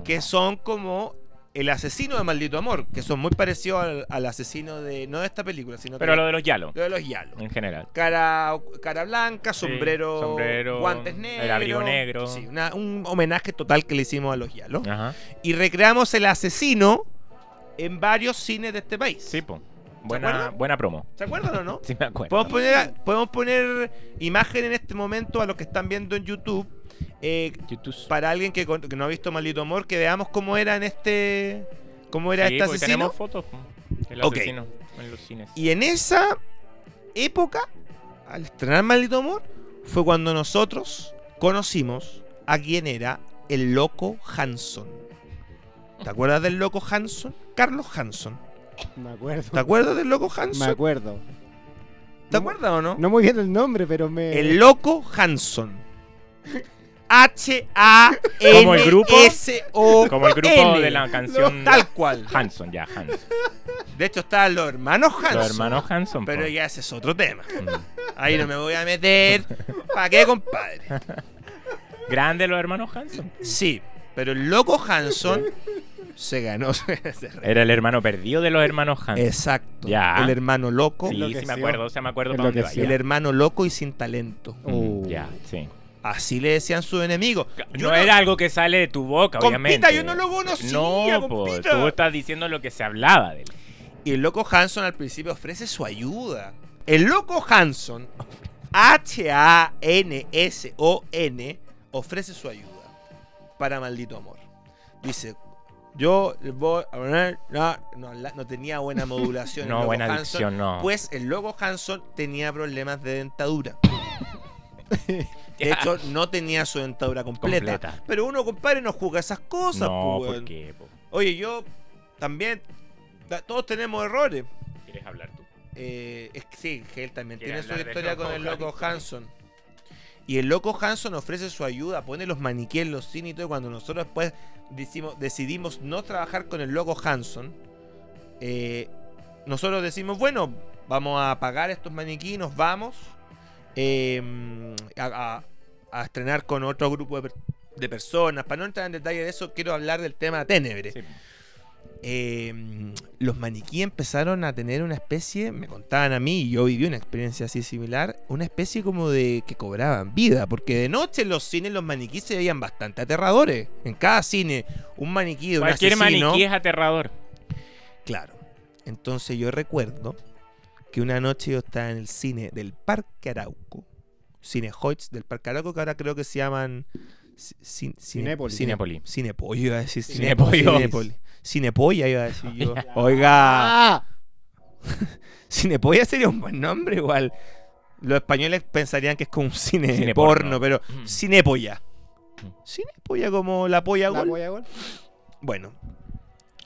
Speaker 2: que son como el asesino de Maldito Amor, que son muy parecidos al, al asesino de, no de esta película, sino
Speaker 3: Pero
Speaker 2: que-
Speaker 3: lo de los Yalo,
Speaker 2: de los Yalos.
Speaker 3: en general.
Speaker 2: Cara, cara blanca,
Speaker 3: Sí,
Speaker 2: sombrero,
Speaker 3: sombrero,
Speaker 2: guantes
Speaker 3: el
Speaker 2: negros.
Speaker 3: abrigo negro.
Speaker 2: Sí, una- un homenaje total que le hicimos a los Yalos.
Speaker 3: Ajá.
Speaker 2: Y recreamos el asesino en varios cines de este país.
Speaker 3: Sí, po. Buena,
Speaker 2: acuerdas?
Speaker 3: buena promo.
Speaker 2: ¿Se acuerdan o no?
Speaker 3: Sí, me acuerdo.
Speaker 2: Podemos poner, podemos poner imagen en este momento a los que están viendo en YouTube. eh,
Speaker 3: YouTube.
Speaker 2: para alguien que, con- que no ha visto Maldito Amor, que veamos cómo era en este. cómo era
Speaker 3: Sí,
Speaker 2: este
Speaker 3: po, y
Speaker 2: asesino.
Speaker 3: Tenemos fotos. po, El
Speaker 2: Ok.
Speaker 3: asesino en los cines.
Speaker 2: Y en esa época, al estrenar Maldito Amor, fue cuando nosotros conocimos a quien era el loco Hanson. ¿Te acuerdas del loco Hanson? Carlos Hanson.
Speaker 4: Me
Speaker 2: ¿Te
Speaker 4: acuerdo.
Speaker 2: acuerdas del loco
Speaker 4: Me
Speaker 2: Hanson?
Speaker 4: acuerdo.
Speaker 2: ¿Te acuerdas o no?
Speaker 4: No muy bien el nombre, pero me.
Speaker 2: El loco Hanson.
Speaker 3: Como el grupo.
Speaker 2: H-A-N-S-O.
Speaker 3: Como el grupo de la canción
Speaker 2: Tal cual.
Speaker 3: Hanson, ya, Hanson.
Speaker 2: De hecho, estaban los hermanos Hanson.
Speaker 3: Los hermanos Hanson. po.
Speaker 2: Pero ya ese es otro tema.
Speaker 3: Mm.
Speaker 2: Ahí no me voy a meter. ¿Para qué, compadre?
Speaker 3: Grande los hermanos Hanson.
Speaker 2: Sí, pero el loco Hanson se ganó. se re-
Speaker 3: Era el hermano perdido de los hermanos Hans.
Speaker 2: Exacto.
Speaker 3: Ya.
Speaker 2: El hermano loco.
Speaker 3: Sí, sí me
Speaker 4: Enloqueció.
Speaker 3: acuerdo, o sea, me acuerdo para dónde va.
Speaker 4: Enloqueció.
Speaker 2: El Uh. hermano loco y sin talento.
Speaker 3: Mm,
Speaker 4: Oh.
Speaker 3: Ya, sí.
Speaker 2: Así le decían sus enemigos. Yo
Speaker 3: no, era algo que sale de tu boca,
Speaker 2: Compita,
Speaker 3: obviamente.
Speaker 2: yo no lo conocía,
Speaker 3: No, po,
Speaker 2: compita.
Speaker 3: tú estás diciendo lo que se hablaba de él.
Speaker 2: Y el loco Hanson al principio ofrece su ayuda. El loco Hanson, H-A-N-S-O-N, ofrece su ayuda para maldito amor. Dice, yo le voy a poner- No, no, la- no tenía buena modulación. el
Speaker 3: No,
Speaker 2: loco
Speaker 3: buena
Speaker 2: Hanson,
Speaker 3: adicción, no.
Speaker 2: Pues el loco Hanson tenía problemas de dentadura. De
Speaker 3: Ya.
Speaker 2: hecho, no tenía su dentadura completa.
Speaker 3: Completa.
Speaker 2: Pero uno, compadre, no juega esas cosas.
Speaker 3: no,
Speaker 2: pues, weón.
Speaker 3: ¿por qué? po?
Speaker 2: Oye, yo también... ta- Todos tenemos errores.
Speaker 3: ¿Quieres hablar tú?
Speaker 2: Eh, es que sí, que él también
Speaker 3: Quiere
Speaker 2: tiene su
Speaker 3: hablar de
Speaker 2: historia
Speaker 3: loco
Speaker 2: con el loco
Speaker 3: Hanson.
Speaker 2: Hanson. Y el loco Hanson ofrece su ayuda, pone los maniquíes, los cines y todo. Y cuando nosotros después decimos- decidimos no trabajar con el loco Hanson, eh, nosotros decimos, bueno, vamos a pagar estos maniquíes, nos vamos eh, a, a- a estrenar con otro grupo de, per- de personas. Para no entrar en detalle de eso, quiero hablar del tema Tenebre
Speaker 3: Sí.
Speaker 2: eh, los maniquíes empezaron a tener una especie, me contaban a mí, y yo viví una experiencia así similar, una especie como de que cobraban vida, porque de noche en los cines los maniquíes se veían bastante aterradores. En cada cine, un maniquí de un
Speaker 3: Cualquier
Speaker 2: asesino.
Speaker 3: maniquí es aterrador.
Speaker 2: Claro. Entonces yo recuerdo que una noche yo estaba en el cine del Parque Arauco, Cine Hoyts del Parque Arauco, que ahora creo que se llaman ci- cin- cine-
Speaker 4: Cinépolis.
Speaker 2: cine-
Speaker 3: Cinépolis.
Speaker 2: Cinepolis, iba a decir
Speaker 3: Cinépolis.
Speaker 2: Cinepolis. Cinepolla iba a decir yo. Oiga.
Speaker 4: ¡Ah!
Speaker 2: Cinepolla sería un buen nombre igual. Los españoles pensarían que es como un cine,
Speaker 3: Cine
Speaker 2: porno,
Speaker 3: porno.
Speaker 2: pero
Speaker 3: Mm.
Speaker 2: Cinepolla.
Speaker 3: Mm.
Speaker 2: Cinepolla como la polla
Speaker 4: ¿La
Speaker 2: gol.
Speaker 4: voy a gol?
Speaker 2: Bueno,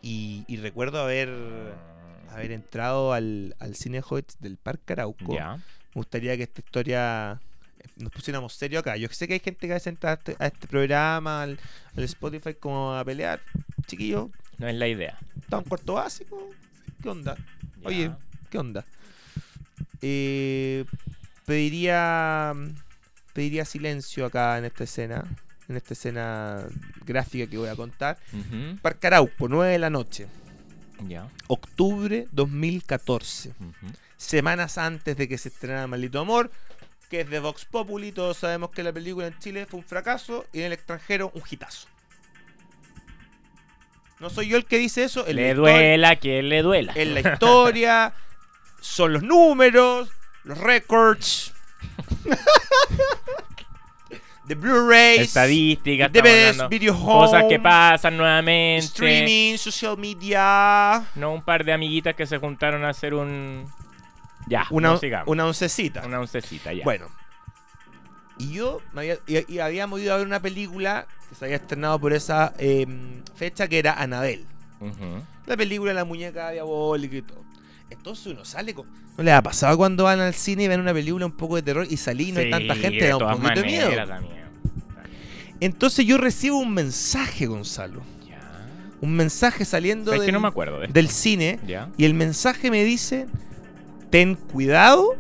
Speaker 2: y, y recuerdo haber, haber entrado al, al Cine Hoyts del Parque Arauco.
Speaker 3: Ya.
Speaker 2: Me gustaría que esta historia eh, nos pusiéramos serio acá. Yo sé que hay gente que a veces entra a este, a este programa, al, al Spotify, como a pelear. Chiquillo,
Speaker 3: No es la idea.
Speaker 2: está un cuarto básico. ¿Qué onda?
Speaker 3: Ya.
Speaker 2: Oye, ¿qué onda? Eh, pediría pediría silencio acá en esta escena, en esta escena gráfica que voy a contar.
Speaker 3: Ujú,
Speaker 2: Parque Arauco, 9 de la noche,
Speaker 3: Ya.
Speaker 2: octubre 2014,
Speaker 3: ujú.
Speaker 2: semanas antes de que se estrenara Maldito Amor, que es de Vox Populi, todos sabemos que la película en Chile fue un fracaso y en el extranjero un hitazo. No soy yo el que dice eso, el
Speaker 3: Le
Speaker 2: lector-
Speaker 3: duela que le duela.
Speaker 2: en la historia, son los números, los records, de Blu-rays,
Speaker 3: Estadísticas, estamos
Speaker 2: DVDs,
Speaker 3: hablando.
Speaker 2: video home,
Speaker 3: cosas que pasan nuevamente.
Speaker 2: streaming, social media,
Speaker 3: No un par de amiguitas que se juntaron a hacer un. Ya,
Speaker 2: una,
Speaker 3: no sigamos.
Speaker 2: una oncecita.
Speaker 3: Una oncecita, ya.
Speaker 2: Bueno, y yo me había- y, y habíamos ido a ver una película que se había estrenado por esa eh, fecha que era Anabel.
Speaker 3: Ujú.
Speaker 2: La película de la muñeca diabólica y todo. Entonces uno sale con... ¿No les ha pasado cuando van al cine y ven una película un poco de terror y salí y no hay
Speaker 3: Sí,
Speaker 2: tanta gente?
Speaker 3: de
Speaker 2: Da un
Speaker 3: todas
Speaker 2: poquito de miedo.
Speaker 3: maneras, da miedo.
Speaker 2: Entonces yo recibo un mensaje, Gonzalo.
Speaker 3: Ya.
Speaker 2: Un mensaje saliendo
Speaker 3: Es
Speaker 2: del,
Speaker 3: que no me acuerdo de esto.
Speaker 2: del cine.
Speaker 3: Ya.
Speaker 2: Y el mensaje me dice, ten cuidado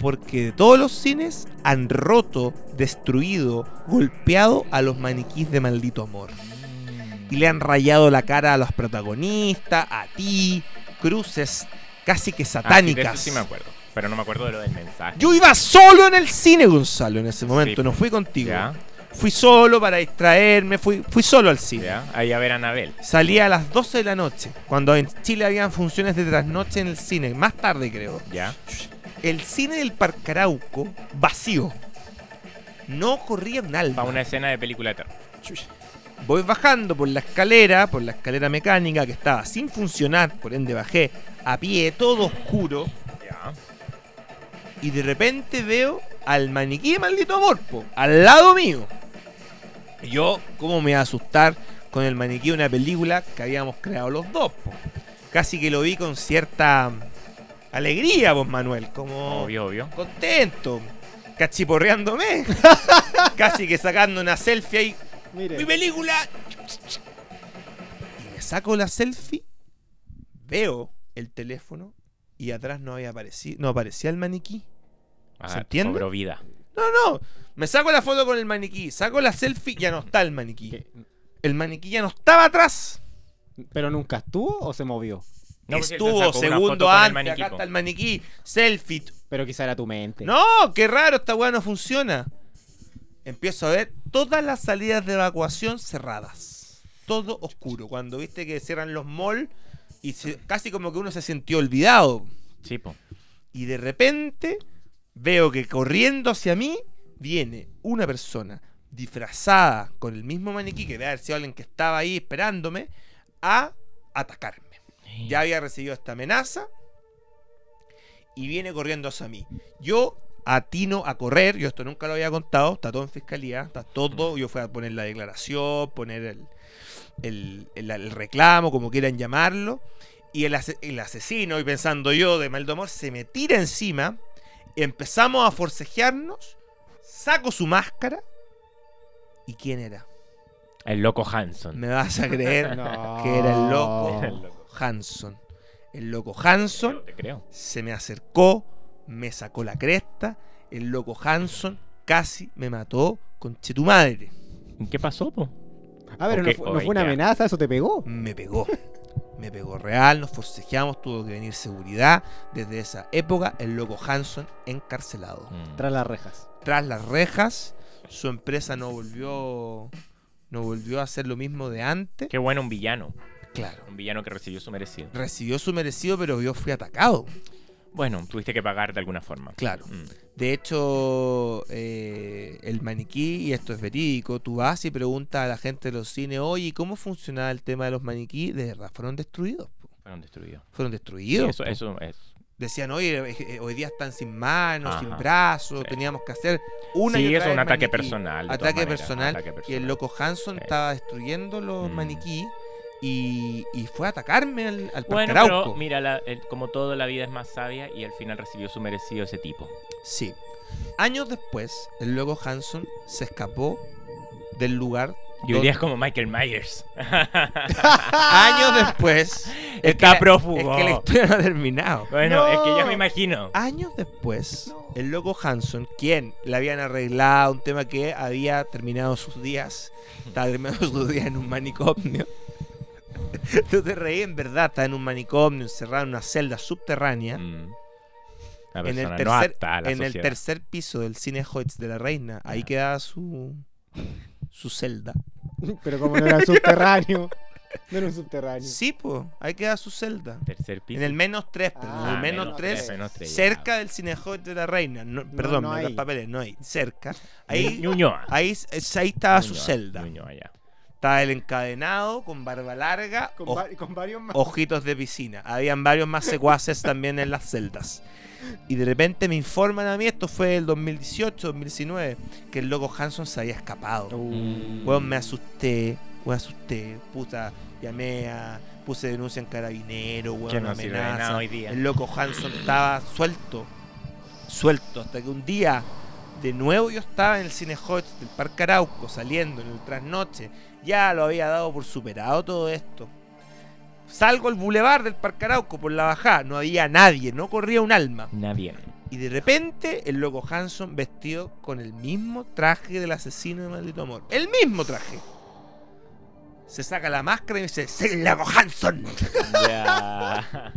Speaker 2: porque de todos los cines han roto, destruido, golpeado a los maniquís de maldito amor. Y le han rayado la cara a los protagonistas, a ti, cruces casi que
Speaker 3: Ah, sí, de eso
Speaker 2: satánicas.
Speaker 3: sí me acuerdo. Pero no me acuerdo de lo del mensaje.
Speaker 2: Yo iba solo en el cine, Gonzalo, en ese momento,
Speaker 3: Sí.
Speaker 2: no fui contigo.
Speaker 3: Ya,
Speaker 2: Fui solo para distraerme, fui, fui solo al cine.
Speaker 3: ya. Ahí a ver a Anabel.
Speaker 2: Salía a las 12 de la noche, cuando en Chile habían funciones de trasnoche en el cine, más tarde creo.
Speaker 3: Ya.
Speaker 2: El cine del Parcarauco, vacío. No corría un alma.
Speaker 3: Para una escena de película de terror.
Speaker 2: Voy bajando por la escalera, por la escalera mecánica que estaba sin funcionar, por ende bajé a pie, todo oscuro,
Speaker 3: Ya.
Speaker 2: y de repente veo al maniquí de maldito amor, po, al lado mío. Y Yo, ¿cómo me iba a asustar con el maniquí de una película que habíamos creado los dos? po? Casi que lo vi con cierta alegría, vos Manuel, como...
Speaker 3: Obvio, obvio.
Speaker 2: contento, cachiporreándome, casi que sacando una selfie ahí.
Speaker 4: Mire.
Speaker 2: ¡Mi película! Y me saco la selfie, veo el teléfono y atrás no había aparecido, no aparecía el maniquí.
Speaker 3: Ah,
Speaker 2: ¿Se entiende?
Speaker 3: Cobró vida.
Speaker 2: No, no, me saco la foto con el maniquí, saco la selfie, ya no está el maniquí.
Speaker 4: ¿Qué?
Speaker 2: El maniquí ya no estaba atrás.
Speaker 4: ¿Pero nunca estuvo o se movió?
Speaker 3: No, pues, él se
Speaker 2: Estuvo
Speaker 3: sacó una foto
Speaker 2: segundo
Speaker 3: con el
Speaker 2: antes,
Speaker 3: maniquí,
Speaker 2: acá
Speaker 3: po.
Speaker 2: está el maniquí, selfie.
Speaker 4: Pero quizá era tu mente.
Speaker 2: No, qué raro, esta weá no funciona. Empiezo a ver todas las salidas de evacuación cerradas. Todo oscuro. Cuando viste que cierran los malls y se- casi como que uno se sintió olvidado.
Speaker 3: Sí, po.
Speaker 2: Y de repente veo que corriendo hacia mí viene una persona disfrazada con el mismo maniquí que debe haber sido alguien que estaba ahí esperándome a atacarme. Ya había recibido esta amenaza y viene corriendo hacia mí. Yo atino a correr, yo esto nunca lo había contado, está todo en fiscalía, está todo, yo fui a poner la declaración, poner el, el- el- el reclamo, como quieran llamarlo, y el, ase- el asesino, y pensando yo de mal de amor, se me tira encima, empezamos a forcejearnos, saco su máscara, ¿y quién era?
Speaker 3: El loco Hanson.
Speaker 2: ¿Me vas a creer?
Speaker 4: No.
Speaker 2: Que era el loco.
Speaker 3: Era el loco.
Speaker 2: Hanson. El loco Hanson
Speaker 3: Te creo.
Speaker 2: se me acercó, me sacó la cresta. El loco Hanson casi me mató con che tu madre.
Speaker 3: ¿Y ¿Qué pasó, po?
Speaker 4: A ver,
Speaker 3: Ok,
Speaker 4: no, fue, no fue
Speaker 3: ok,
Speaker 4: una
Speaker 3: ya.
Speaker 4: amenaza, eso te pegó.
Speaker 2: Me pegó. Me pegó real, nos forcejeamos, tuvo que venir seguridad. Desde esa época, el loco Hanson encarcelado.
Speaker 3: Mm.
Speaker 4: Tras las rejas.
Speaker 2: Tras las rejas, su empresa no volvió. No volvió a hacer lo mismo de antes.
Speaker 3: Qué bueno un villano.
Speaker 2: Claro.
Speaker 3: Un villano que recibió su merecido.
Speaker 2: Recibió su merecido, pero yo fui atacado.
Speaker 3: Bueno, tuviste que pagar de alguna forma.
Speaker 2: Claro.
Speaker 3: Mm.
Speaker 2: De hecho, eh, el maniquí, y esto es verídico, tú vas y preguntas a la gente de los cines, oye, ¿y ¿cómo funcionaba el tema de los maniquí? De verdad, fueron destruidos. po.
Speaker 3: Fueron destruidos.
Speaker 2: Fueron
Speaker 3: Sí,
Speaker 2: destruidos.
Speaker 3: eso, eso es.
Speaker 2: Decían, oye, eh, eh, hoy día están sin manos, sin
Speaker 3: Ajá,
Speaker 2: brazos,
Speaker 3: sí.
Speaker 2: teníamos que hacer una y
Speaker 3: sí,
Speaker 2: otra
Speaker 3: eso es
Speaker 2: vez
Speaker 3: un ataque
Speaker 2: maniquí".
Speaker 3: personal, de todas
Speaker 2: Ataque
Speaker 3: maneras,
Speaker 2: personal.
Speaker 3: ataque
Speaker 2: Y el
Speaker 3: personal.
Speaker 2: loco Hanson
Speaker 3: Sí.
Speaker 2: estaba destruyendo los
Speaker 3: Mm.
Speaker 2: maniquí y, y fue a atacarme al, al Parque
Speaker 3: Bueno,
Speaker 2: Arauco.
Speaker 3: pero mira, la- el- como todo, la vida es más sabia y al final recibió su merecido ese tipo.
Speaker 2: Sí. Años después, el loco Hanson se escapó del lugar.
Speaker 3: Yo
Speaker 2: donde-
Speaker 3: diría es como Michael Myers.
Speaker 2: Años después.
Speaker 3: Está
Speaker 2: la-
Speaker 3: prófugo.
Speaker 2: Es que la historia no ha terminado.
Speaker 3: Bueno, es que ya
Speaker 4: No.
Speaker 3: me imagino.
Speaker 2: Años después,
Speaker 4: No.
Speaker 2: el loco Hanson, quien le habían arreglado un tema que había terminado sus días, estaba terminando sus días en un manicomio. Tú te reí, en verdad, está en un manicomio, encerrado en una celda subterránea.
Speaker 3: Mm. Una
Speaker 2: En el,
Speaker 3: persona
Speaker 2: tercer,
Speaker 3: no apta a la
Speaker 2: en el
Speaker 3: sociedad.
Speaker 2: tercer piso del cine Hoyts de la Reina, ahí
Speaker 3: Ya.
Speaker 2: quedaba su, su celda.
Speaker 4: Pero como no era subterráneo. No era un subterráneo.
Speaker 2: Sí, pues, ahí queda su celda.
Speaker 3: Tercer piso.
Speaker 2: En el menos 3, perdón.
Speaker 4: Ah,
Speaker 2: en el menos,
Speaker 4: menos
Speaker 2: 3,
Speaker 4: tres,
Speaker 3: menos tres, ya.
Speaker 2: cerca del Cinejoy de la Reina. No, perdón,
Speaker 4: no
Speaker 2: me- los
Speaker 4: hay.
Speaker 2: papeles, no hay. Cerca.
Speaker 3: Ahí,
Speaker 2: Ahí,
Speaker 3: Ñuñoa.
Speaker 2: ahí, es- ahí estaba su
Speaker 3: Ñuñoa,
Speaker 2: celda.
Speaker 3: Ñuñoa, ya.
Speaker 2: Estaba el encadenado, con barba larga,
Speaker 4: Con,
Speaker 2: oj-
Speaker 4: va- con varios más.
Speaker 2: ojitos de piscina. Habían varios más secuaces también en las celdas. Y de repente me informan a mí, esto fue el 2018, 2019, que el loco Hanson se había escapado.
Speaker 3: Mm.
Speaker 4: Uh.
Speaker 2: Weón, me asusté, me asusté, puta, llamé a, puse denuncia en carabinero,
Speaker 3: Que
Speaker 2: weón,
Speaker 3: no sirve de
Speaker 2: amenaza.
Speaker 3: nada hoy día.
Speaker 2: El loco Hanson estaba suelto, suelto, hasta que un día, de nuevo yo estaba en el cine Hodge del Parque Arauco, saliendo en el trasnoche, ya lo había dado por superado todo esto. Salgo al bulevar del Parque Arauco por la bajada, no había nadie, no corría un alma.
Speaker 3: Nadie.
Speaker 2: Y de repente, el loco Hanson vestido con el mismo traje del asesino de maldito amor. ¡El mismo traje! Se saca la máscara y me dice: ¡Soy el loco Hanson!
Speaker 3: Ya.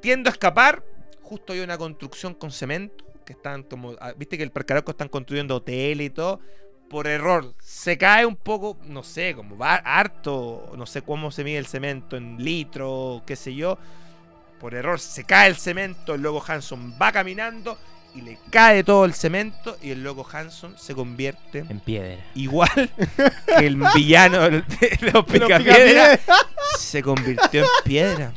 Speaker 2: Tiendo a escapar. Justo hay una construcción con cemento. Que están como. ah, Viste que el Parque Arauco están construyendo hoteles y todo. Por error, se cae un poco, no sé, como va harto, no sé cómo se mide el cemento en litro, qué sé yo. Por error, se cae el cemento. El loco Hanson va caminando y le cae todo el cemento. Y el loco Hanson se convierte
Speaker 3: en piedra.
Speaker 2: igual que el villano de los Picapiedra se convirtió en piedra.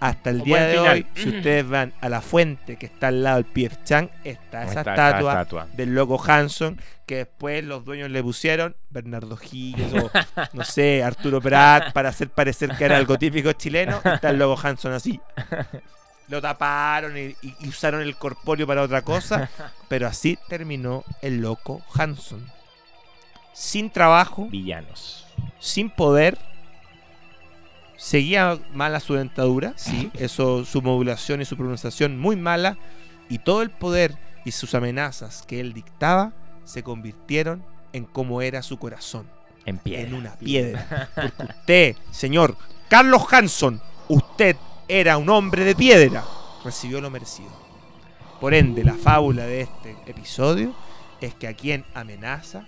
Speaker 2: Hasta el
Speaker 3: Un
Speaker 2: día
Speaker 3: buen
Speaker 2: de
Speaker 3: final.
Speaker 2: hoy, si ustedes van a la fuente que está al lado del Pief Chang, está esa estatua del loco Hanson que después los dueños le pusieron Bernardo Higgins o no sé, Arturo Prat para hacer parecer que era algo típico chileno. y Está el loco Hanson así. Lo taparon y, y- y usaron el corpóreo para otra cosa, pero así terminó el loco Hanson. Sin trabajo,
Speaker 3: Villanos.
Speaker 2: sin poder. Seguía mala su dentadura, sí, eso, su modulación y su pronunciación muy mala. Y todo el poder y sus amenazas que él dictaba se convirtieron en cómo era su corazón,
Speaker 3: En piedra.
Speaker 2: en una piedra. Porque usted, señor, Carlos Hanson, usted era un hombre de piedra. Recibió lo merecido. Por ende, la fábula de este episodio es que a quien amenaza,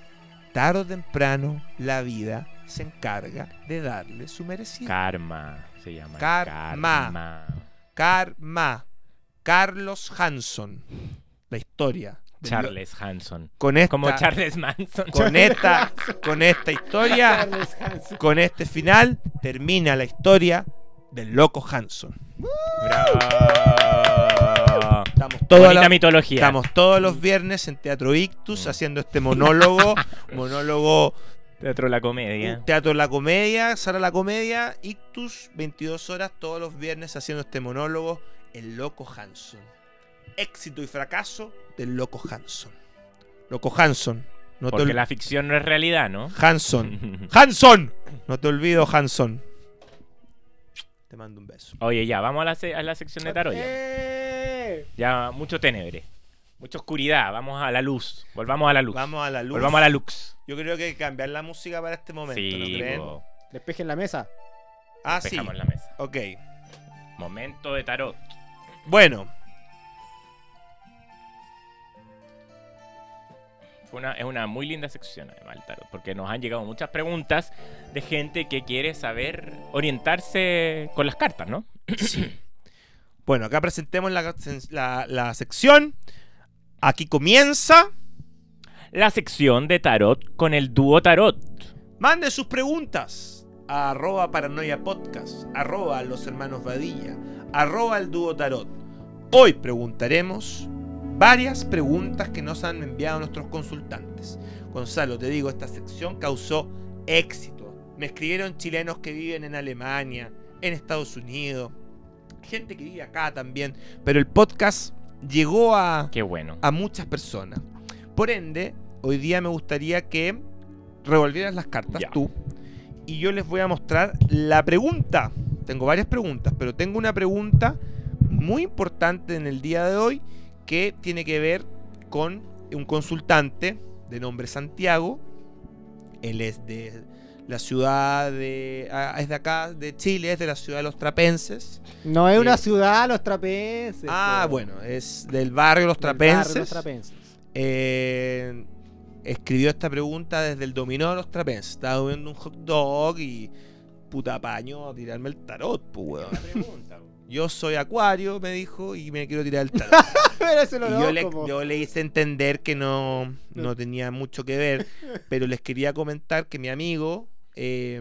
Speaker 2: tarde o temprano, la vida se encarga de darle su merecido.
Speaker 3: Karma se llama.
Speaker 2: Karma.
Speaker 3: Karma.
Speaker 2: Karma. Carlos Hanson. La historia. del-
Speaker 3: Charles Hanson.
Speaker 2: Con esta,
Speaker 3: Como Charles Manson.
Speaker 2: con esta, con esta historia,
Speaker 4: Charles Hanson.
Speaker 2: con este final, termina la historia del loco Hanson.
Speaker 3: Bravo.
Speaker 2: Estamos todos,
Speaker 3: Bonita
Speaker 2: la-
Speaker 3: mitología. Mm.
Speaker 2: estamos todos los viernes en Teatro Ictus haciendo este monólogo, monólogo
Speaker 3: Teatro de la comedia.
Speaker 2: Teatro La Comedia, Sala La Comedia, Ictus, 22 horas todos los viernes haciendo este monólogo, El Loco Hanson. Éxito y fracaso del Loco Hanson. Loco Hanson, no te
Speaker 3: Porque
Speaker 2: ol-
Speaker 3: la ficción no es realidad, ¿no?
Speaker 2: Hanson. Hanson, no te olvido Hanson. Te mando un beso.
Speaker 3: Oye, ya, vamos a la, se- a la sección de tarot. Ya.
Speaker 4: ¡Eh!
Speaker 3: Ya, mucho tenebre. Mucha oscuridad. Vamos a la luz. Volvamos a la luz.
Speaker 2: Vamos a la luz.
Speaker 3: Volvamos a la luz.
Speaker 2: Yo creo que hay que cambiar la música para este momento, ¿no
Speaker 3: sí,
Speaker 2: creen?
Speaker 3: po.
Speaker 4: Despejen la mesa.
Speaker 2: Ah, sí.
Speaker 3: Dejamos en la mesa.
Speaker 2: Ok.
Speaker 3: Momento de tarot.
Speaker 2: Bueno,
Speaker 3: Fue una, es una muy linda sección, además, el tarot, porque nos han llegado muchas preguntas de gente que quiere saber orientarse con las cartas, ¿no?
Speaker 2: Bueno, acá presentemos la, la- la sección. Aquí comienza.
Speaker 3: La sección de tarot con el dúo tarot.
Speaker 2: Mande sus preguntas a arroba paranoia podcast, arroba los hermanos Badilla, arroba el dúo tarot. Hoy preguntaremos varias preguntas que nos han enviado nuestros consultantes. Gonzalo, te digo, esta sección causó éxito. Me escribieron chilenos que viven en Alemania, en Estados Unidos, gente que vive acá también, pero el podcast llegó a
Speaker 3: Qué bueno.
Speaker 2: a muchas personas. Por ende, hoy día me gustaría que revolvieras las cartas
Speaker 3: Ya.
Speaker 2: tú y yo les voy a mostrar la pregunta. Tengo varias preguntas, pero tengo una pregunta muy importante en el día de hoy que tiene que ver con un consultante de nombre Santiago. Él es de la ciudad de... ah, es de acá, de Chile, es de la ciudad de los Trapenses.
Speaker 4: No es
Speaker 2: Sí.
Speaker 4: una ciudad, los trapenses.
Speaker 2: Ah,
Speaker 4: po.
Speaker 2: bueno, es del barrio Los
Speaker 4: Del barrio,
Speaker 2: Trapenses.
Speaker 4: Los trapenses.
Speaker 2: eh, escribió esta pregunta desde el dominó de los trapenses. Estaba comiendo un hot dog y puta paño a tirarme el tarot, pues, weón. Yo soy acuario, me dijo, y me quiero tirar el tarot.
Speaker 4: Pero eso lo
Speaker 2: Y
Speaker 4: veo
Speaker 2: yo, le,
Speaker 4: como-
Speaker 2: yo le hice entender que no, no
Speaker 4: No.
Speaker 2: tenía mucho que ver, pero les quería comentar que mi amigo, eh,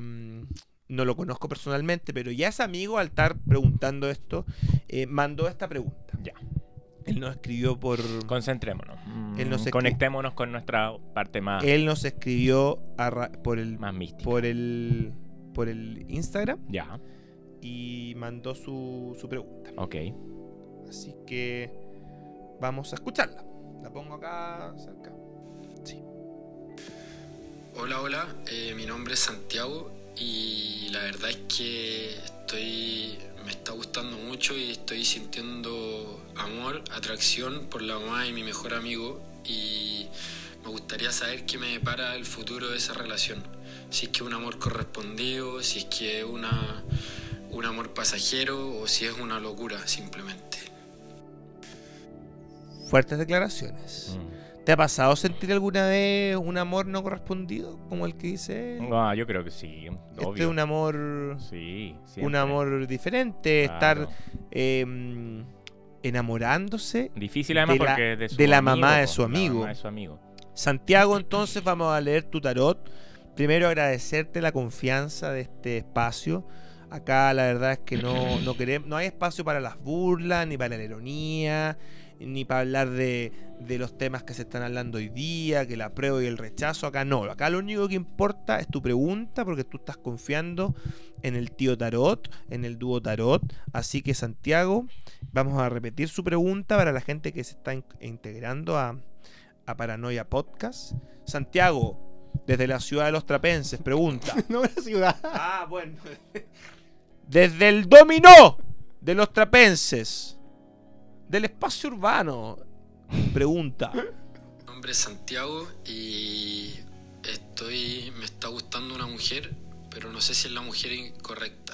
Speaker 2: no lo conozco personalmente, pero ya es amigo al estar preguntando esto, eh, mandó esta pregunta.
Speaker 3: Ya.
Speaker 2: Él nos escribió por...
Speaker 3: Concentrémonos. Mm,
Speaker 2: Él no se-
Speaker 3: Conectémonos con nuestra parte más,
Speaker 2: Él nos escribió a ra- por el
Speaker 3: más mística.
Speaker 2: por el por el Instagram
Speaker 3: Ya,
Speaker 2: y mandó su, su pregunta.
Speaker 3: ok.
Speaker 2: Así que vamos a escucharla. La pongo acá cerca.
Speaker 5: Hola, hola, eh, mi nombre es Santiago y la verdad es que estoy, me está gustando mucho y estoy sintiendo amor, atracción por la mamá de mi mejor amigo y me gustaría saber qué me depara el futuro de esa relación. Si es que un amor correspondido, si es que una, un amor pasajero o si es una locura simplemente.
Speaker 2: Fuertes declaraciones.
Speaker 3: Mm.
Speaker 2: ¿Te ha pasado sentir alguna vez un amor no correspondido? Como el que dice. él?
Speaker 3: Mm. Ah, yo creo que sí.
Speaker 2: este
Speaker 3: obvio.
Speaker 2: es un amor.
Speaker 3: Sí,
Speaker 2: Un
Speaker 3: siempre.
Speaker 2: amor diferente.
Speaker 3: Claro.
Speaker 2: Estar eh, enamorándose.
Speaker 3: Difícil
Speaker 2: de
Speaker 3: además
Speaker 2: la-
Speaker 3: porque es de, su
Speaker 2: de la
Speaker 3: amigo,
Speaker 2: mamá de
Speaker 3: po,
Speaker 2: su
Speaker 3: la
Speaker 2: amigo.
Speaker 3: mamá de su amigo.
Speaker 2: Santiago, entonces vamos a leer tu tarot. Primero agradecerte la confianza de este espacio. Acá la verdad es que no, no queremos, no hay espacio para las burlas, ni para la ironía, ni para hablar de, de los temas que se están hablando hoy día, que la prueba y el rechazo. Acá no. Acá lo único que importa es tu pregunta, porque tú estás confiando en el tío tarot, en el dúo tarot. Así que Santiago, vamos a repetir su pregunta para la gente que se está in- integrando a, a Paranoia Podcast. Santiago, desde la ciudad de los Trapenses, pregunta.
Speaker 4: No es una ciudad.
Speaker 2: ah, bueno. Desde el dominó de los Trapenses, del espacio urbano, pregunta.
Speaker 5: Mi nombre es Santiago y estoy, me está gustando una mujer, pero no sé si es la mujer incorrecta.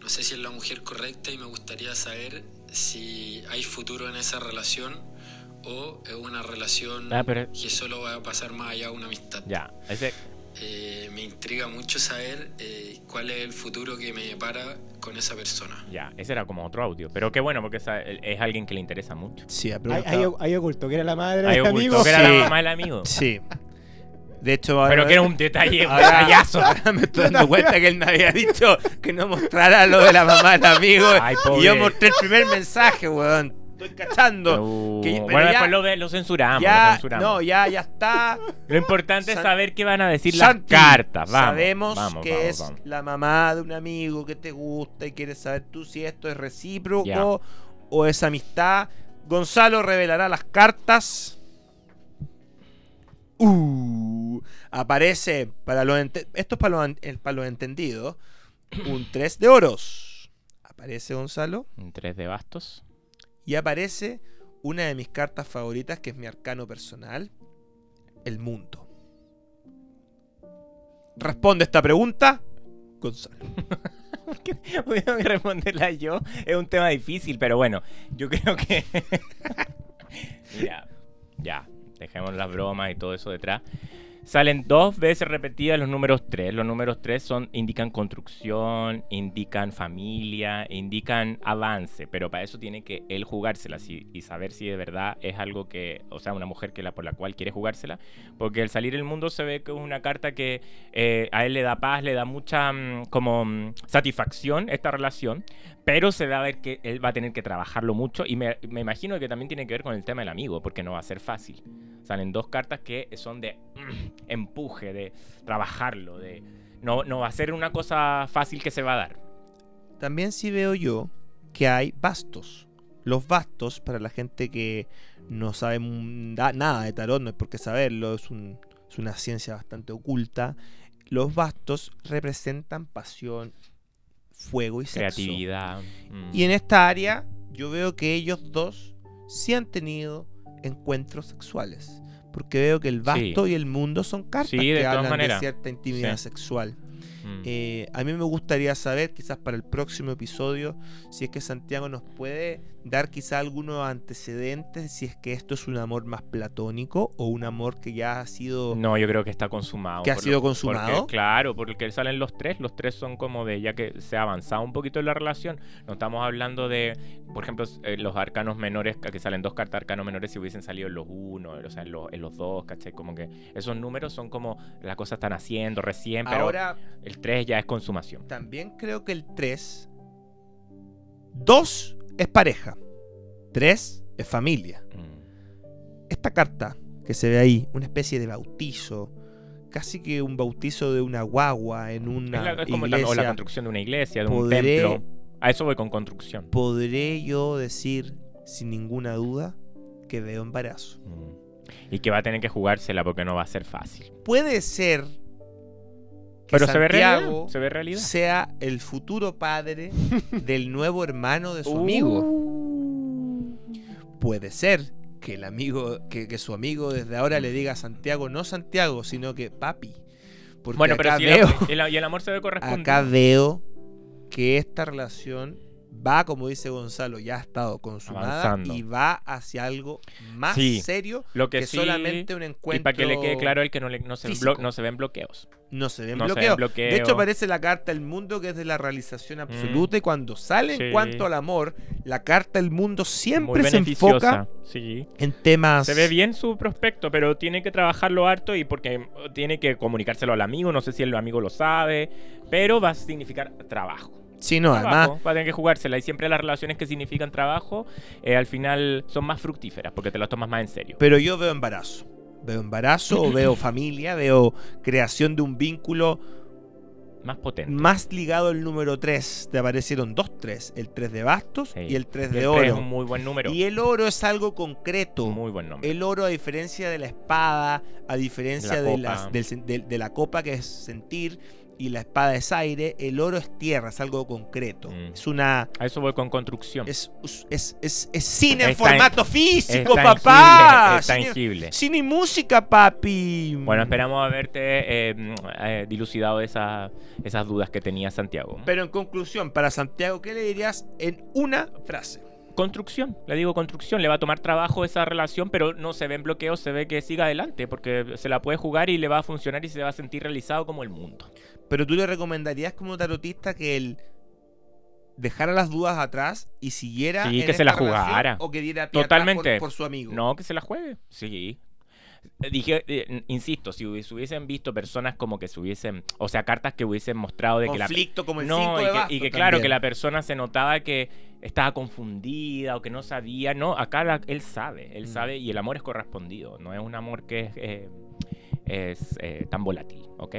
Speaker 5: No sé si es la mujer correcta y me gustaría saber si hay futuro en esa relación o es una relación
Speaker 3: Ah, pero-
Speaker 5: que solo va a pasar más allá de una amistad.
Speaker 3: Ya, ese,
Speaker 5: Eh, me intriga mucho saber eh, cuál es el futuro que me depara con esa persona.
Speaker 3: ya, ese era como otro audio. Pero qué bueno, porque esa- es alguien que le interesa mucho.
Speaker 2: Sí, ha
Speaker 4: Ahí,
Speaker 2: preguntado.
Speaker 4: ahí- ahí oculto, que era la madre de
Speaker 3: Ahí
Speaker 4: este amigo.
Speaker 3: ocultó que era
Speaker 2: Sí.
Speaker 3: la mamá del amigo.
Speaker 2: Sí. De hecho, ahora-
Speaker 3: Pero que era un detalle, un
Speaker 2: Ahora-
Speaker 3: detallazo.
Speaker 2: ahora me estoy dando cuenta que él me había dicho que no mostrara lo de la mamá del amigo.
Speaker 3: Ay,
Speaker 2: Y yo
Speaker 3: pobre.
Speaker 2: mostré el primer mensaje, weón. Estoy cachando.
Speaker 3: Uh,
Speaker 2: que- pero
Speaker 3: bueno,
Speaker 2: ya-
Speaker 3: después lo, ve- lo censuramos. lo,
Speaker 2: ya,
Speaker 3: censuramos.
Speaker 2: no, ya, ya está.
Speaker 3: Lo importante es
Speaker 2: San-
Speaker 3: saber qué van a decir las
Speaker 2: Santi,
Speaker 3: cartas. Vamos,
Speaker 2: sabemos
Speaker 3: vamos,
Speaker 2: que
Speaker 3: vamos,
Speaker 2: es
Speaker 3: vamos.
Speaker 2: la mamá de un amigo que te gusta y quieres saber tú si esto es recíproco
Speaker 3: Ya.
Speaker 2: o es amistad. Gonzalo revelará las cartas. Uh, aparece para los ente- esto es para los, an- el- para los entendidos un 3 de oros. Aparece Gonzalo
Speaker 3: Un Tres de bastos.
Speaker 2: y aparece una de mis cartas favoritas que es mi arcano personal, el mundo. Responde esta pregunta, Gonzalo.
Speaker 3: Voy a responderla yo. Es un tema difícil, pero bueno, yo creo que. Mira, ya. Dejemos las bromas y todo eso detrás. Salen dos veces repetidas los números tres. Los números tres son, indican construcción, indican familia, indican avance. Pero para eso tiene que él jugársela si- y saber si de verdad es algo que, o sea, una mujer que la, por la cual quiere jugársela. Porque al salir el mundo se ve que es una carta que eh, a él le da paz, le da mucha mm, como mm, satisfacción esta relación, pero se va a ver que él va a tener que trabajarlo mucho y me, me imagino que también tiene que ver con el tema del amigo, porque no va a ser fácil. Salen dos cartas que son de mm, empuje, de trabajarlo, de no, no va a ser una cosa fácil que se va a dar.
Speaker 2: También sí veo yo que hay bastos. Los bastos, para la gente que no sabe mm, da- nada de tarot, no es porque saberlo, es, un- es una ciencia bastante oculta. Los bastos representan pasión, fuego y sexo.
Speaker 3: Creatividad. mm.
Speaker 2: Y en esta área yo veo que ellos dos sí han tenido encuentros sexuales. Porque veo que el basto y el mundo son cartas
Speaker 3: Sí, de
Speaker 2: que
Speaker 3: todas
Speaker 2: hablan
Speaker 3: maneras.
Speaker 2: de cierta intimidad
Speaker 3: Sí.
Speaker 2: sexual.
Speaker 3: Mm.
Speaker 2: Eh, a mí me gustaría saber, quizás para el próximo episodio, si es que Santiago nos puede dar quizás algunos antecedentes, si es que esto es un amor más platónico o un amor que ya ha sido...
Speaker 3: No, yo creo que está consumado.
Speaker 2: ¿Que ha
Speaker 3: por
Speaker 2: sido
Speaker 3: porque-
Speaker 2: consumado?
Speaker 3: claro, porque salen los tres. Los tres son como de ya que se ha avanzado un poquito en la relación. No estamos hablando de, por ejemplo, eh, los arcanos menores, que salen dos cartas de arcanos menores si hubiesen salido en los uno, o sea, en los, en los dos, ¿cachai? Como que esos números son como las cosas están haciendo recién, pero
Speaker 2: Ahora,
Speaker 3: el tres ya es consumación.
Speaker 2: También creo que el 3. 2 es pareja. 3 es familia.
Speaker 3: Mm.
Speaker 2: Esta carta que se ve ahí, una especie de bautizo. Casi que un bautizo de una guagua en
Speaker 3: Es,
Speaker 2: una
Speaker 3: la- es como la, o la
Speaker 2: iglesia.
Speaker 3: construcción de una iglesia, de un
Speaker 2: Podré-
Speaker 3: templo. A eso voy con construcción.
Speaker 2: Podré yo decir, sin ninguna duda, que veo embarazo.
Speaker 3: Mm. Y que va a tener que jugársela porque no va a ser fácil.
Speaker 2: Puede ser que
Speaker 3: Pero se ve realidad.
Speaker 2: Santiago
Speaker 3: Se ve realidad.
Speaker 2: sea el futuro padre del nuevo hermano de su amigo.
Speaker 3: Uh.
Speaker 2: puede ser que el amigo, que, que su amigo desde ahora le diga a Santiago, no Santiago, sino que papi. Porque
Speaker 3: Bueno, pero
Speaker 2: acá,
Speaker 3: si
Speaker 2: veo,
Speaker 3: el, el- y el amor se ve correspondido.
Speaker 2: acá veo que esta relación va, como dice Gonzalo, ya ha estado consumada
Speaker 3: Avanzando.
Speaker 2: y va hacia algo más
Speaker 3: Sí,
Speaker 2: serio
Speaker 3: lo
Speaker 2: que,
Speaker 3: que, sí,
Speaker 2: solamente un
Speaker 3: y
Speaker 2: encuentro.
Speaker 3: para que le quede claro el que no, le- no, se,
Speaker 2: físico.
Speaker 3: blo- no se ven bloqueos.
Speaker 2: No se ven
Speaker 3: no se ven
Speaker 2: bloqueos.
Speaker 3: bloqueo. Mm.
Speaker 2: De hecho, aparece la carta El Mundo, que es de la realización absoluta. Y cuando sale
Speaker 3: Sí.
Speaker 2: en cuanto al amor, la carta El Mundo
Speaker 3: Muy
Speaker 2: siempre se enfoca
Speaker 3: beneficiosa. Sí.
Speaker 2: en temas.
Speaker 3: Se ve bien su prospecto, pero tiene que trabajarlo harto y porque tiene que comunicárselo al amigo. No sé si el amigo lo sabe, pero va a significar trabajo.
Speaker 2: Sí, no, además,
Speaker 3: Trabajo, va a tener que jugársela y siempre las relaciones que significan trabajo eh, al final son más fructíferas porque te las tomas más en serio.
Speaker 2: Pero yo veo embarazo. Veo embarazo, o veo familia, veo creación de un vínculo
Speaker 3: más potente.
Speaker 2: más ligado al número 3. Te aparecieron dos 3, el 3 de bastos
Speaker 3: Sí.
Speaker 2: y el 3
Speaker 3: Y
Speaker 2: de
Speaker 3: el tres es un
Speaker 2: oro.
Speaker 3: muy buen número.
Speaker 2: Y el oro es algo concreto.
Speaker 3: Muy buen nombre.
Speaker 2: El oro, a diferencia de la espada, a diferencia
Speaker 3: La
Speaker 2: de,
Speaker 3: copa.
Speaker 2: las- del sen- del- de la copa que es sentir, y la espada es aire, el oro es tierra, es algo concreto.
Speaker 3: Mm.
Speaker 2: Es una.
Speaker 3: A eso voy con construcción.
Speaker 2: Es, es, es- es cine en
Speaker 3: Es tan-
Speaker 2: formato
Speaker 3: Es
Speaker 2: físico,
Speaker 3: tangible,
Speaker 2: papá. Mm.
Speaker 3: es
Speaker 2: Cine,
Speaker 3: tangible.
Speaker 2: cine y música, papi.
Speaker 3: Bueno, esperamos haberte eh, mm, eh, dilucidado esa- esas dudas que tenía Santiago.
Speaker 2: Pero en conclusión, para Santiago, ¿qué le dirías en una frase?
Speaker 3: construcción, le digo construcción, le va a tomar trabajo esa relación, pero no se ven bloqueos, se ve que siga adelante, porque se la puede jugar y le va a funcionar y se va a sentir realizado como el mundo.
Speaker 2: Pero tú le recomendarías como tarotista que él dejara las dudas atrás y siguiera.
Speaker 3: Sí,
Speaker 2: en
Speaker 3: que se la
Speaker 2: esta relación
Speaker 3: jugara.
Speaker 2: O que diera pie atrás
Speaker 3: Totalmente.
Speaker 2: Por, por su amigo.
Speaker 3: No, que se la juegue, sí. Eh, Dije, eh, n- insisto, si hubies- hubiesen visto personas como que se hubiesen, o sea, cartas que hubiesen mostrado de que la
Speaker 2: Conflicto como el
Speaker 3: No,
Speaker 2: 5
Speaker 3: y
Speaker 2: de
Speaker 3: que,
Speaker 2: bastos
Speaker 3: y que claro,
Speaker 2: también.
Speaker 3: que la persona se notaba que estaba confundida o que no sabía. No, acá la- él sabe, él
Speaker 2: Mm.
Speaker 3: sabe y el amor es correspondido, no es un amor que es, eh, es, eh, tan volátil, ¿ok?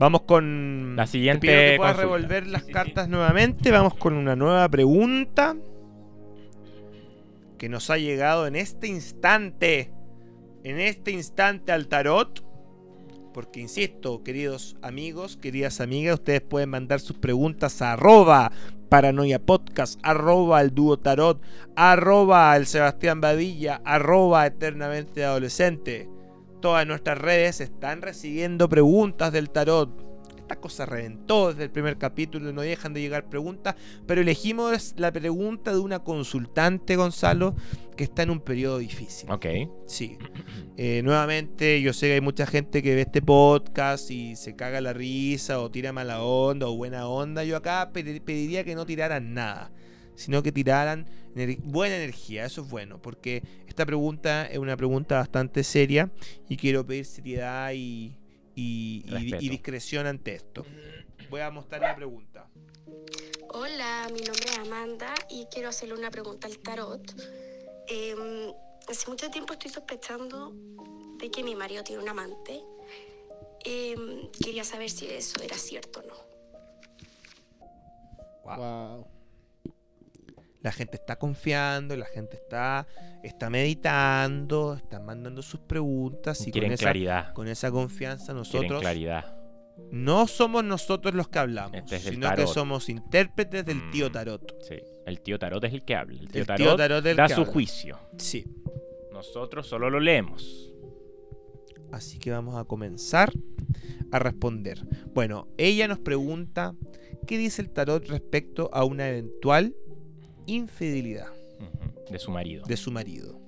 Speaker 2: Vamos con.
Speaker 3: La siguiente
Speaker 2: Te pido que puedas
Speaker 3: consulta.
Speaker 2: revolver las
Speaker 3: Sí, sí,
Speaker 2: cartas nuevamente. Vamos con una nueva pregunta. Que nos ha llegado en este instante. En este instante al tarot. Porque insisto, queridos amigos, queridas amigas, ustedes pueden mandar sus preguntas a arroba paranoia podcast, arroba el dúo tarot, arroba el Sebastián Badilla, arroba eternamente adolescente. Todas nuestras redes están recibiendo preguntas del tarot. Esta cosa reventó desde el primer capítulo, no dejan de llegar preguntas, pero elegimos la pregunta de una consultante, Gonzalo, que está en un periodo difícil.
Speaker 3: Ok.
Speaker 2: Sí. Eh, nuevamente, yo sé que hay mucha gente que ve este podcast y se caga la risa o tira mala onda o buena onda. Yo acá pedi- pediría que no tiraran nada, sino que tiraran ener- buena energía. Eso es bueno, porque esta pregunta es una pregunta bastante seria y quiero pedir seriedad y, y- y- y
Speaker 3: Respeto.
Speaker 2: discreción ante esto. Voy a mostrar la pregunta.
Speaker 6: Hola, mi nombre es Amanda y quiero hacerle una pregunta al tarot. Eh, hace mucho tiempo estoy sospechando de que mi marido tiene un amante. Eh, quería saber si eso era cierto o no.
Speaker 2: Guau.
Speaker 4: Wow.
Speaker 2: La gente está confiando, la gente está, está meditando, están mandando sus preguntas y
Speaker 3: Quieren
Speaker 2: con esa,
Speaker 3: claridad.
Speaker 2: con esa confianza
Speaker 3: Quieren
Speaker 2: nosotros
Speaker 3: claridad.
Speaker 2: no somos nosotros los que hablamos,
Speaker 3: Este es el
Speaker 2: sino que
Speaker 3: tarot.
Speaker 2: somos intérpretes del tío
Speaker 3: Mm.
Speaker 2: tarot.
Speaker 3: Sí. El tío Tarot es el que habla. El tío
Speaker 2: El
Speaker 3: Tarot
Speaker 2: tío tarot del
Speaker 3: da
Speaker 2: que
Speaker 3: su
Speaker 2: habla.
Speaker 3: juicio.
Speaker 2: Sí.
Speaker 3: Nosotros solo lo leemos.
Speaker 2: Así que vamos a comenzar a responder. Bueno, ella nos pregunta ¿qué dice el tarot respecto a una eventual infidelidad
Speaker 3: Ujú. De su marido.
Speaker 2: de su marido?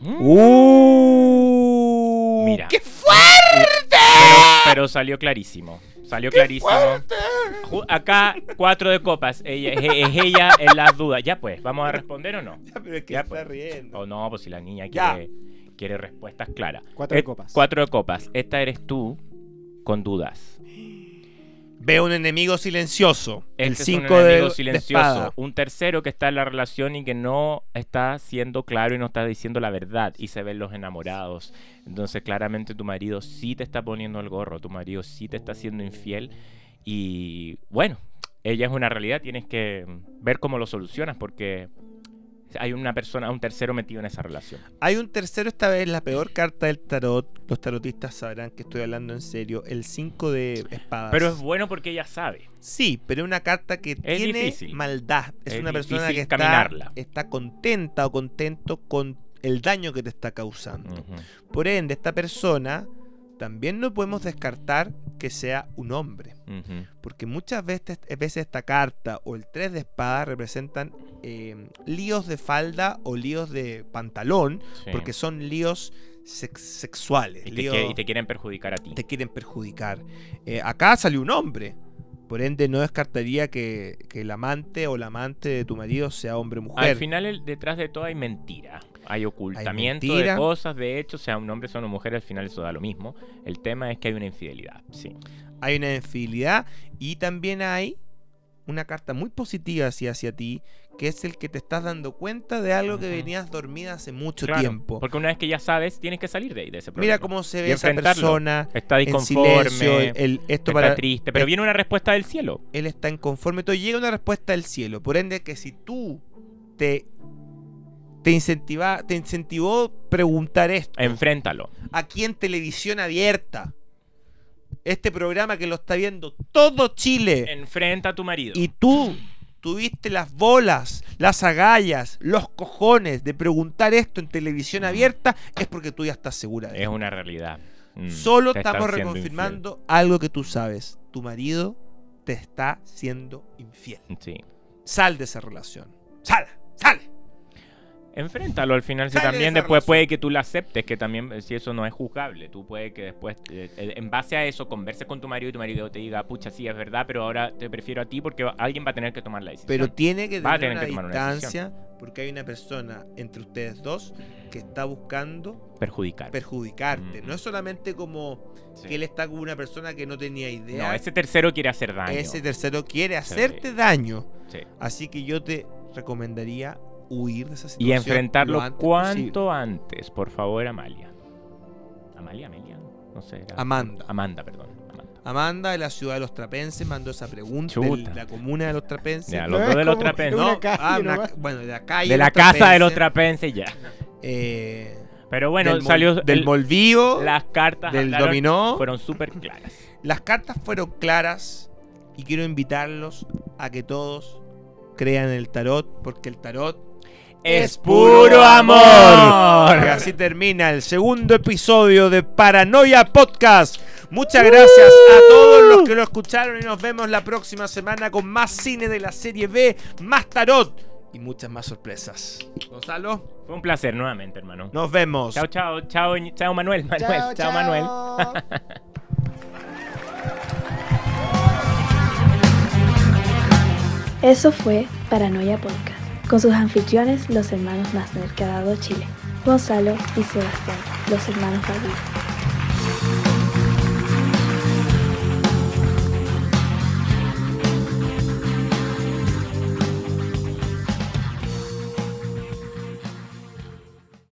Speaker 3: Mm.
Speaker 2: ¡Uh!
Speaker 3: Mira.
Speaker 2: ¡Qué fuerte!
Speaker 3: Pero, pero salió clarísimo. Salió clarísimo. Ju- Acá, cuatro de copas. Ella, es, es ella en las dudas. Ya pues, ¿vamos a responder o no?
Speaker 2: Pero es que
Speaker 3: Ya,
Speaker 2: está
Speaker 3: pues.
Speaker 2: riendo.
Speaker 3: O no, pues si la niña
Speaker 2: Ya.
Speaker 3: quiere, quiere respuestas claras.
Speaker 4: Cuatro de
Speaker 3: Eh,
Speaker 4: copas.
Speaker 3: Cuatro de copas. Esta eres tú con dudas.
Speaker 2: Veo un enemigo silencioso. el
Speaker 3: Este es un
Speaker 2: 5 de,
Speaker 3: enemigo
Speaker 2: de
Speaker 3: silencioso.
Speaker 2: espada.
Speaker 3: un tercero que está en la relación y que no está siendo claro y no está diciendo la verdad y se ven los enamorados. Entonces claramente tu marido sí te está poniendo el gorro, tu marido sí te está siendo infiel y bueno, ella es una realidad, tienes que ver cómo lo solucionas porque hay una persona, un tercero metido en esa relación.
Speaker 2: Hay un tercero, esta vez la peor carta del tarot. Los tarotistas sabrán que estoy hablando en serio. El 5 de espadas.
Speaker 3: Pero es bueno porque ella sabe.
Speaker 2: Sí, pero es una carta que tiene
Speaker 3: difícil.
Speaker 2: maldad. Es,
Speaker 3: Es
Speaker 2: una persona
Speaker 3: difícil
Speaker 2: que
Speaker 3: caminarla.
Speaker 2: está, está contenta o contento con el daño que te está causando.
Speaker 3: Ujú,
Speaker 2: Por ende, esta persona también no podemos descartar que sea un hombre.
Speaker 3: ujú.
Speaker 2: Porque muchas veces, veces esta carta o el 3 de espada representan eh, líos de falda o líos de pantalón,
Speaker 3: Sí.
Speaker 2: porque son líos sex- sexuales.
Speaker 3: y, te,
Speaker 2: líos-
Speaker 3: quie- y te quieren perjudicar a ti.
Speaker 2: te quieren perjudicar. Eh, acá salió un hombre. Por ende, no descartaría que, que el amante o la amante de tu marido sea hombre o mujer.
Speaker 3: Al final, el- detrás de todo hay mentira. Hay ocultamiento
Speaker 2: mentira.
Speaker 3: de cosas, de hecho, sea un hombre, sea una mujer, al final eso da lo mismo. El tema es que hay una infidelidad, sí.
Speaker 2: Hay una infidelidad y también hay una carta muy positiva hacia, hacia ti, que es el que te estás dando cuenta de algo que
Speaker 3: Ujú.
Speaker 2: venías dormida hace mucho
Speaker 3: Claro,
Speaker 2: tiempo.
Speaker 3: Porque una vez que ya sabes, tienes que salir de ahí, de ese problema.
Speaker 2: Mira cómo se ve
Speaker 3: Y
Speaker 2: esa
Speaker 3: enfrentarlo.
Speaker 2: persona.
Speaker 3: Está
Speaker 2: En
Speaker 3: disconforme,
Speaker 2: silencio, el- el- esto
Speaker 3: está
Speaker 2: para, eh,
Speaker 3: triste, pero
Speaker 2: es-
Speaker 3: viene una respuesta del cielo.
Speaker 2: él está inconforme. Entonces llega una respuesta del cielo. Por ende, que si tú te, te, incentiva, te incentivó preguntar esto
Speaker 3: Enfréntalo.
Speaker 2: aquí en televisión abierta, Este programa que lo está viendo todo Chile.
Speaker 3: Enfrenta a tu marido.
Speaker 2: eh, Y tú tuviste las bolas, las agallas, los cojones de preguntar esto en televisión abierta, es porque tú ya estás segura de
Speaker 3: Es
Speaker 2: eso.
Speaker 3: una realidad. Mm,
Speaker 2: Solo
Speaker 3: te
Speaker 2: estamos
Speaker 3: están siendo
Speaker 2: reconfirmando algo que tú sabes. Tu marido te está siendo infiel.
Speaker 3: infiel. Sí.
Speaker 2: Sal de esa relación. Sal, sal.
Speaker 3: Enfréntalo al final. Si
Speaker 2: Sale de
Speaker 3: también
Speaker 2: esa
Speaker 3: después
Speaker 2: relación.
Speaker 3: puede que tú la aceptes, que también, eh, si eso no es juzgable, tú puede que después, eh, eh, en base a eso, converses con tu marido y tu marido te diga, pucha, sí, es verdad, pero ahora te prefiero a ti porque alguien va a tener que tomar la decisión.
Speaker 2: Pero tiene que
Speaker 3: Va a
Speaker 2: tener
Speaker 3: tener
Speaker 2: una
Speaker 3: que tomar una
Speaker 2: distancia porque hay una persona entre ustedes dos
Speaker 3: Mm.
Speaker 2: que está buscando
Speaker 3: perjudicar.
Speaker 2: perjudicarte.
Speaker 3: Mm.
Speaker 2: No es solamente como
Speaker 3: Sí.
Speaker 2: que él está con una persona que no tenía idea.
Speaker 3: No, ese tercero quiere hacer daño.
Speaker 2: Ese tercero quiere hacerte daño.
Speaker 3: Sí.
Speaker 2: Así que yo te recomendaría huir de esa situación.
Speaker 3: Y enfrentarlo
Speaker 2: lo antes posible.
Speaker 3: cuanto antes, por favor, Amalia. Amalia, Amelia, no sé. era-
Speaker 2: Amanda.
Speaker 3: Amanda, perdón. Amanda.
Speaker 2: Amanda de la ciudad de los trapenses mandó esa pregunta.
Speaker 3: Chuta.
Speaker 2: De la comuna de los trapenses.
Speaker 3: Ya,
Speaker 2: No,
Speaker 3: los
Speaker 4: No,
Speaker 3: dos
Speaker 4: es
Speaker 3: de los
Speaker 4: como-
Speaker 3: trapenses.
Speaker 4: una
Speaker 2: ah,
Speaker 4: calle
Speaker 2: una-
Speaker 4: nomás.
Speaker 2: bueno, de la calle.
Speaker 3: De la casa de los
Speaker 2: trapenses,
Speaker 3: trapenses, ya.
Speaker 2: eh,
Speaker 3: Pero bueno,
Speaker 2: del mol-
Speaker 3: salió.
Speaker 2: Del
Speaker 3: el-
Speaker 2: Molvío,
Speaker 3: las cartas
Speaker 2: del
Speaker 3: hablaron-
Speaker 2: dominó.
Speaker 3: fueron súper claras.
Speaker 2: Las cartas fueron claras y quiero invitarlos a que todos crean en el tarot, porque el tarot
Speaker 3: ¡Es puro
Speaker 2: Y
Speaker 3: amor!
Speaker 2: así termina el segundo episodio de Paranoia Podcast. Muchas gracias a todos los que lo escucharon y nos vemos la próxima semana con más cine de la serie B, más tarot y muchas más sorpresas. Gonzalo,
Speaker 3: Fue un placer nuevamente, hermano.
Speaker 2: nos vemos.
Speaker 3: Chao, chao, chao, Ñ- chao, Manuel, Manuel, chao, Manuel.
Speaker 4: Manuel.
Speaker 1: Eso fue Paranoia Podcast, con sus anfitriones los hermanos Masner que ha dado Chile, Gonzalo y Sebastián, los hermanos Gabriel.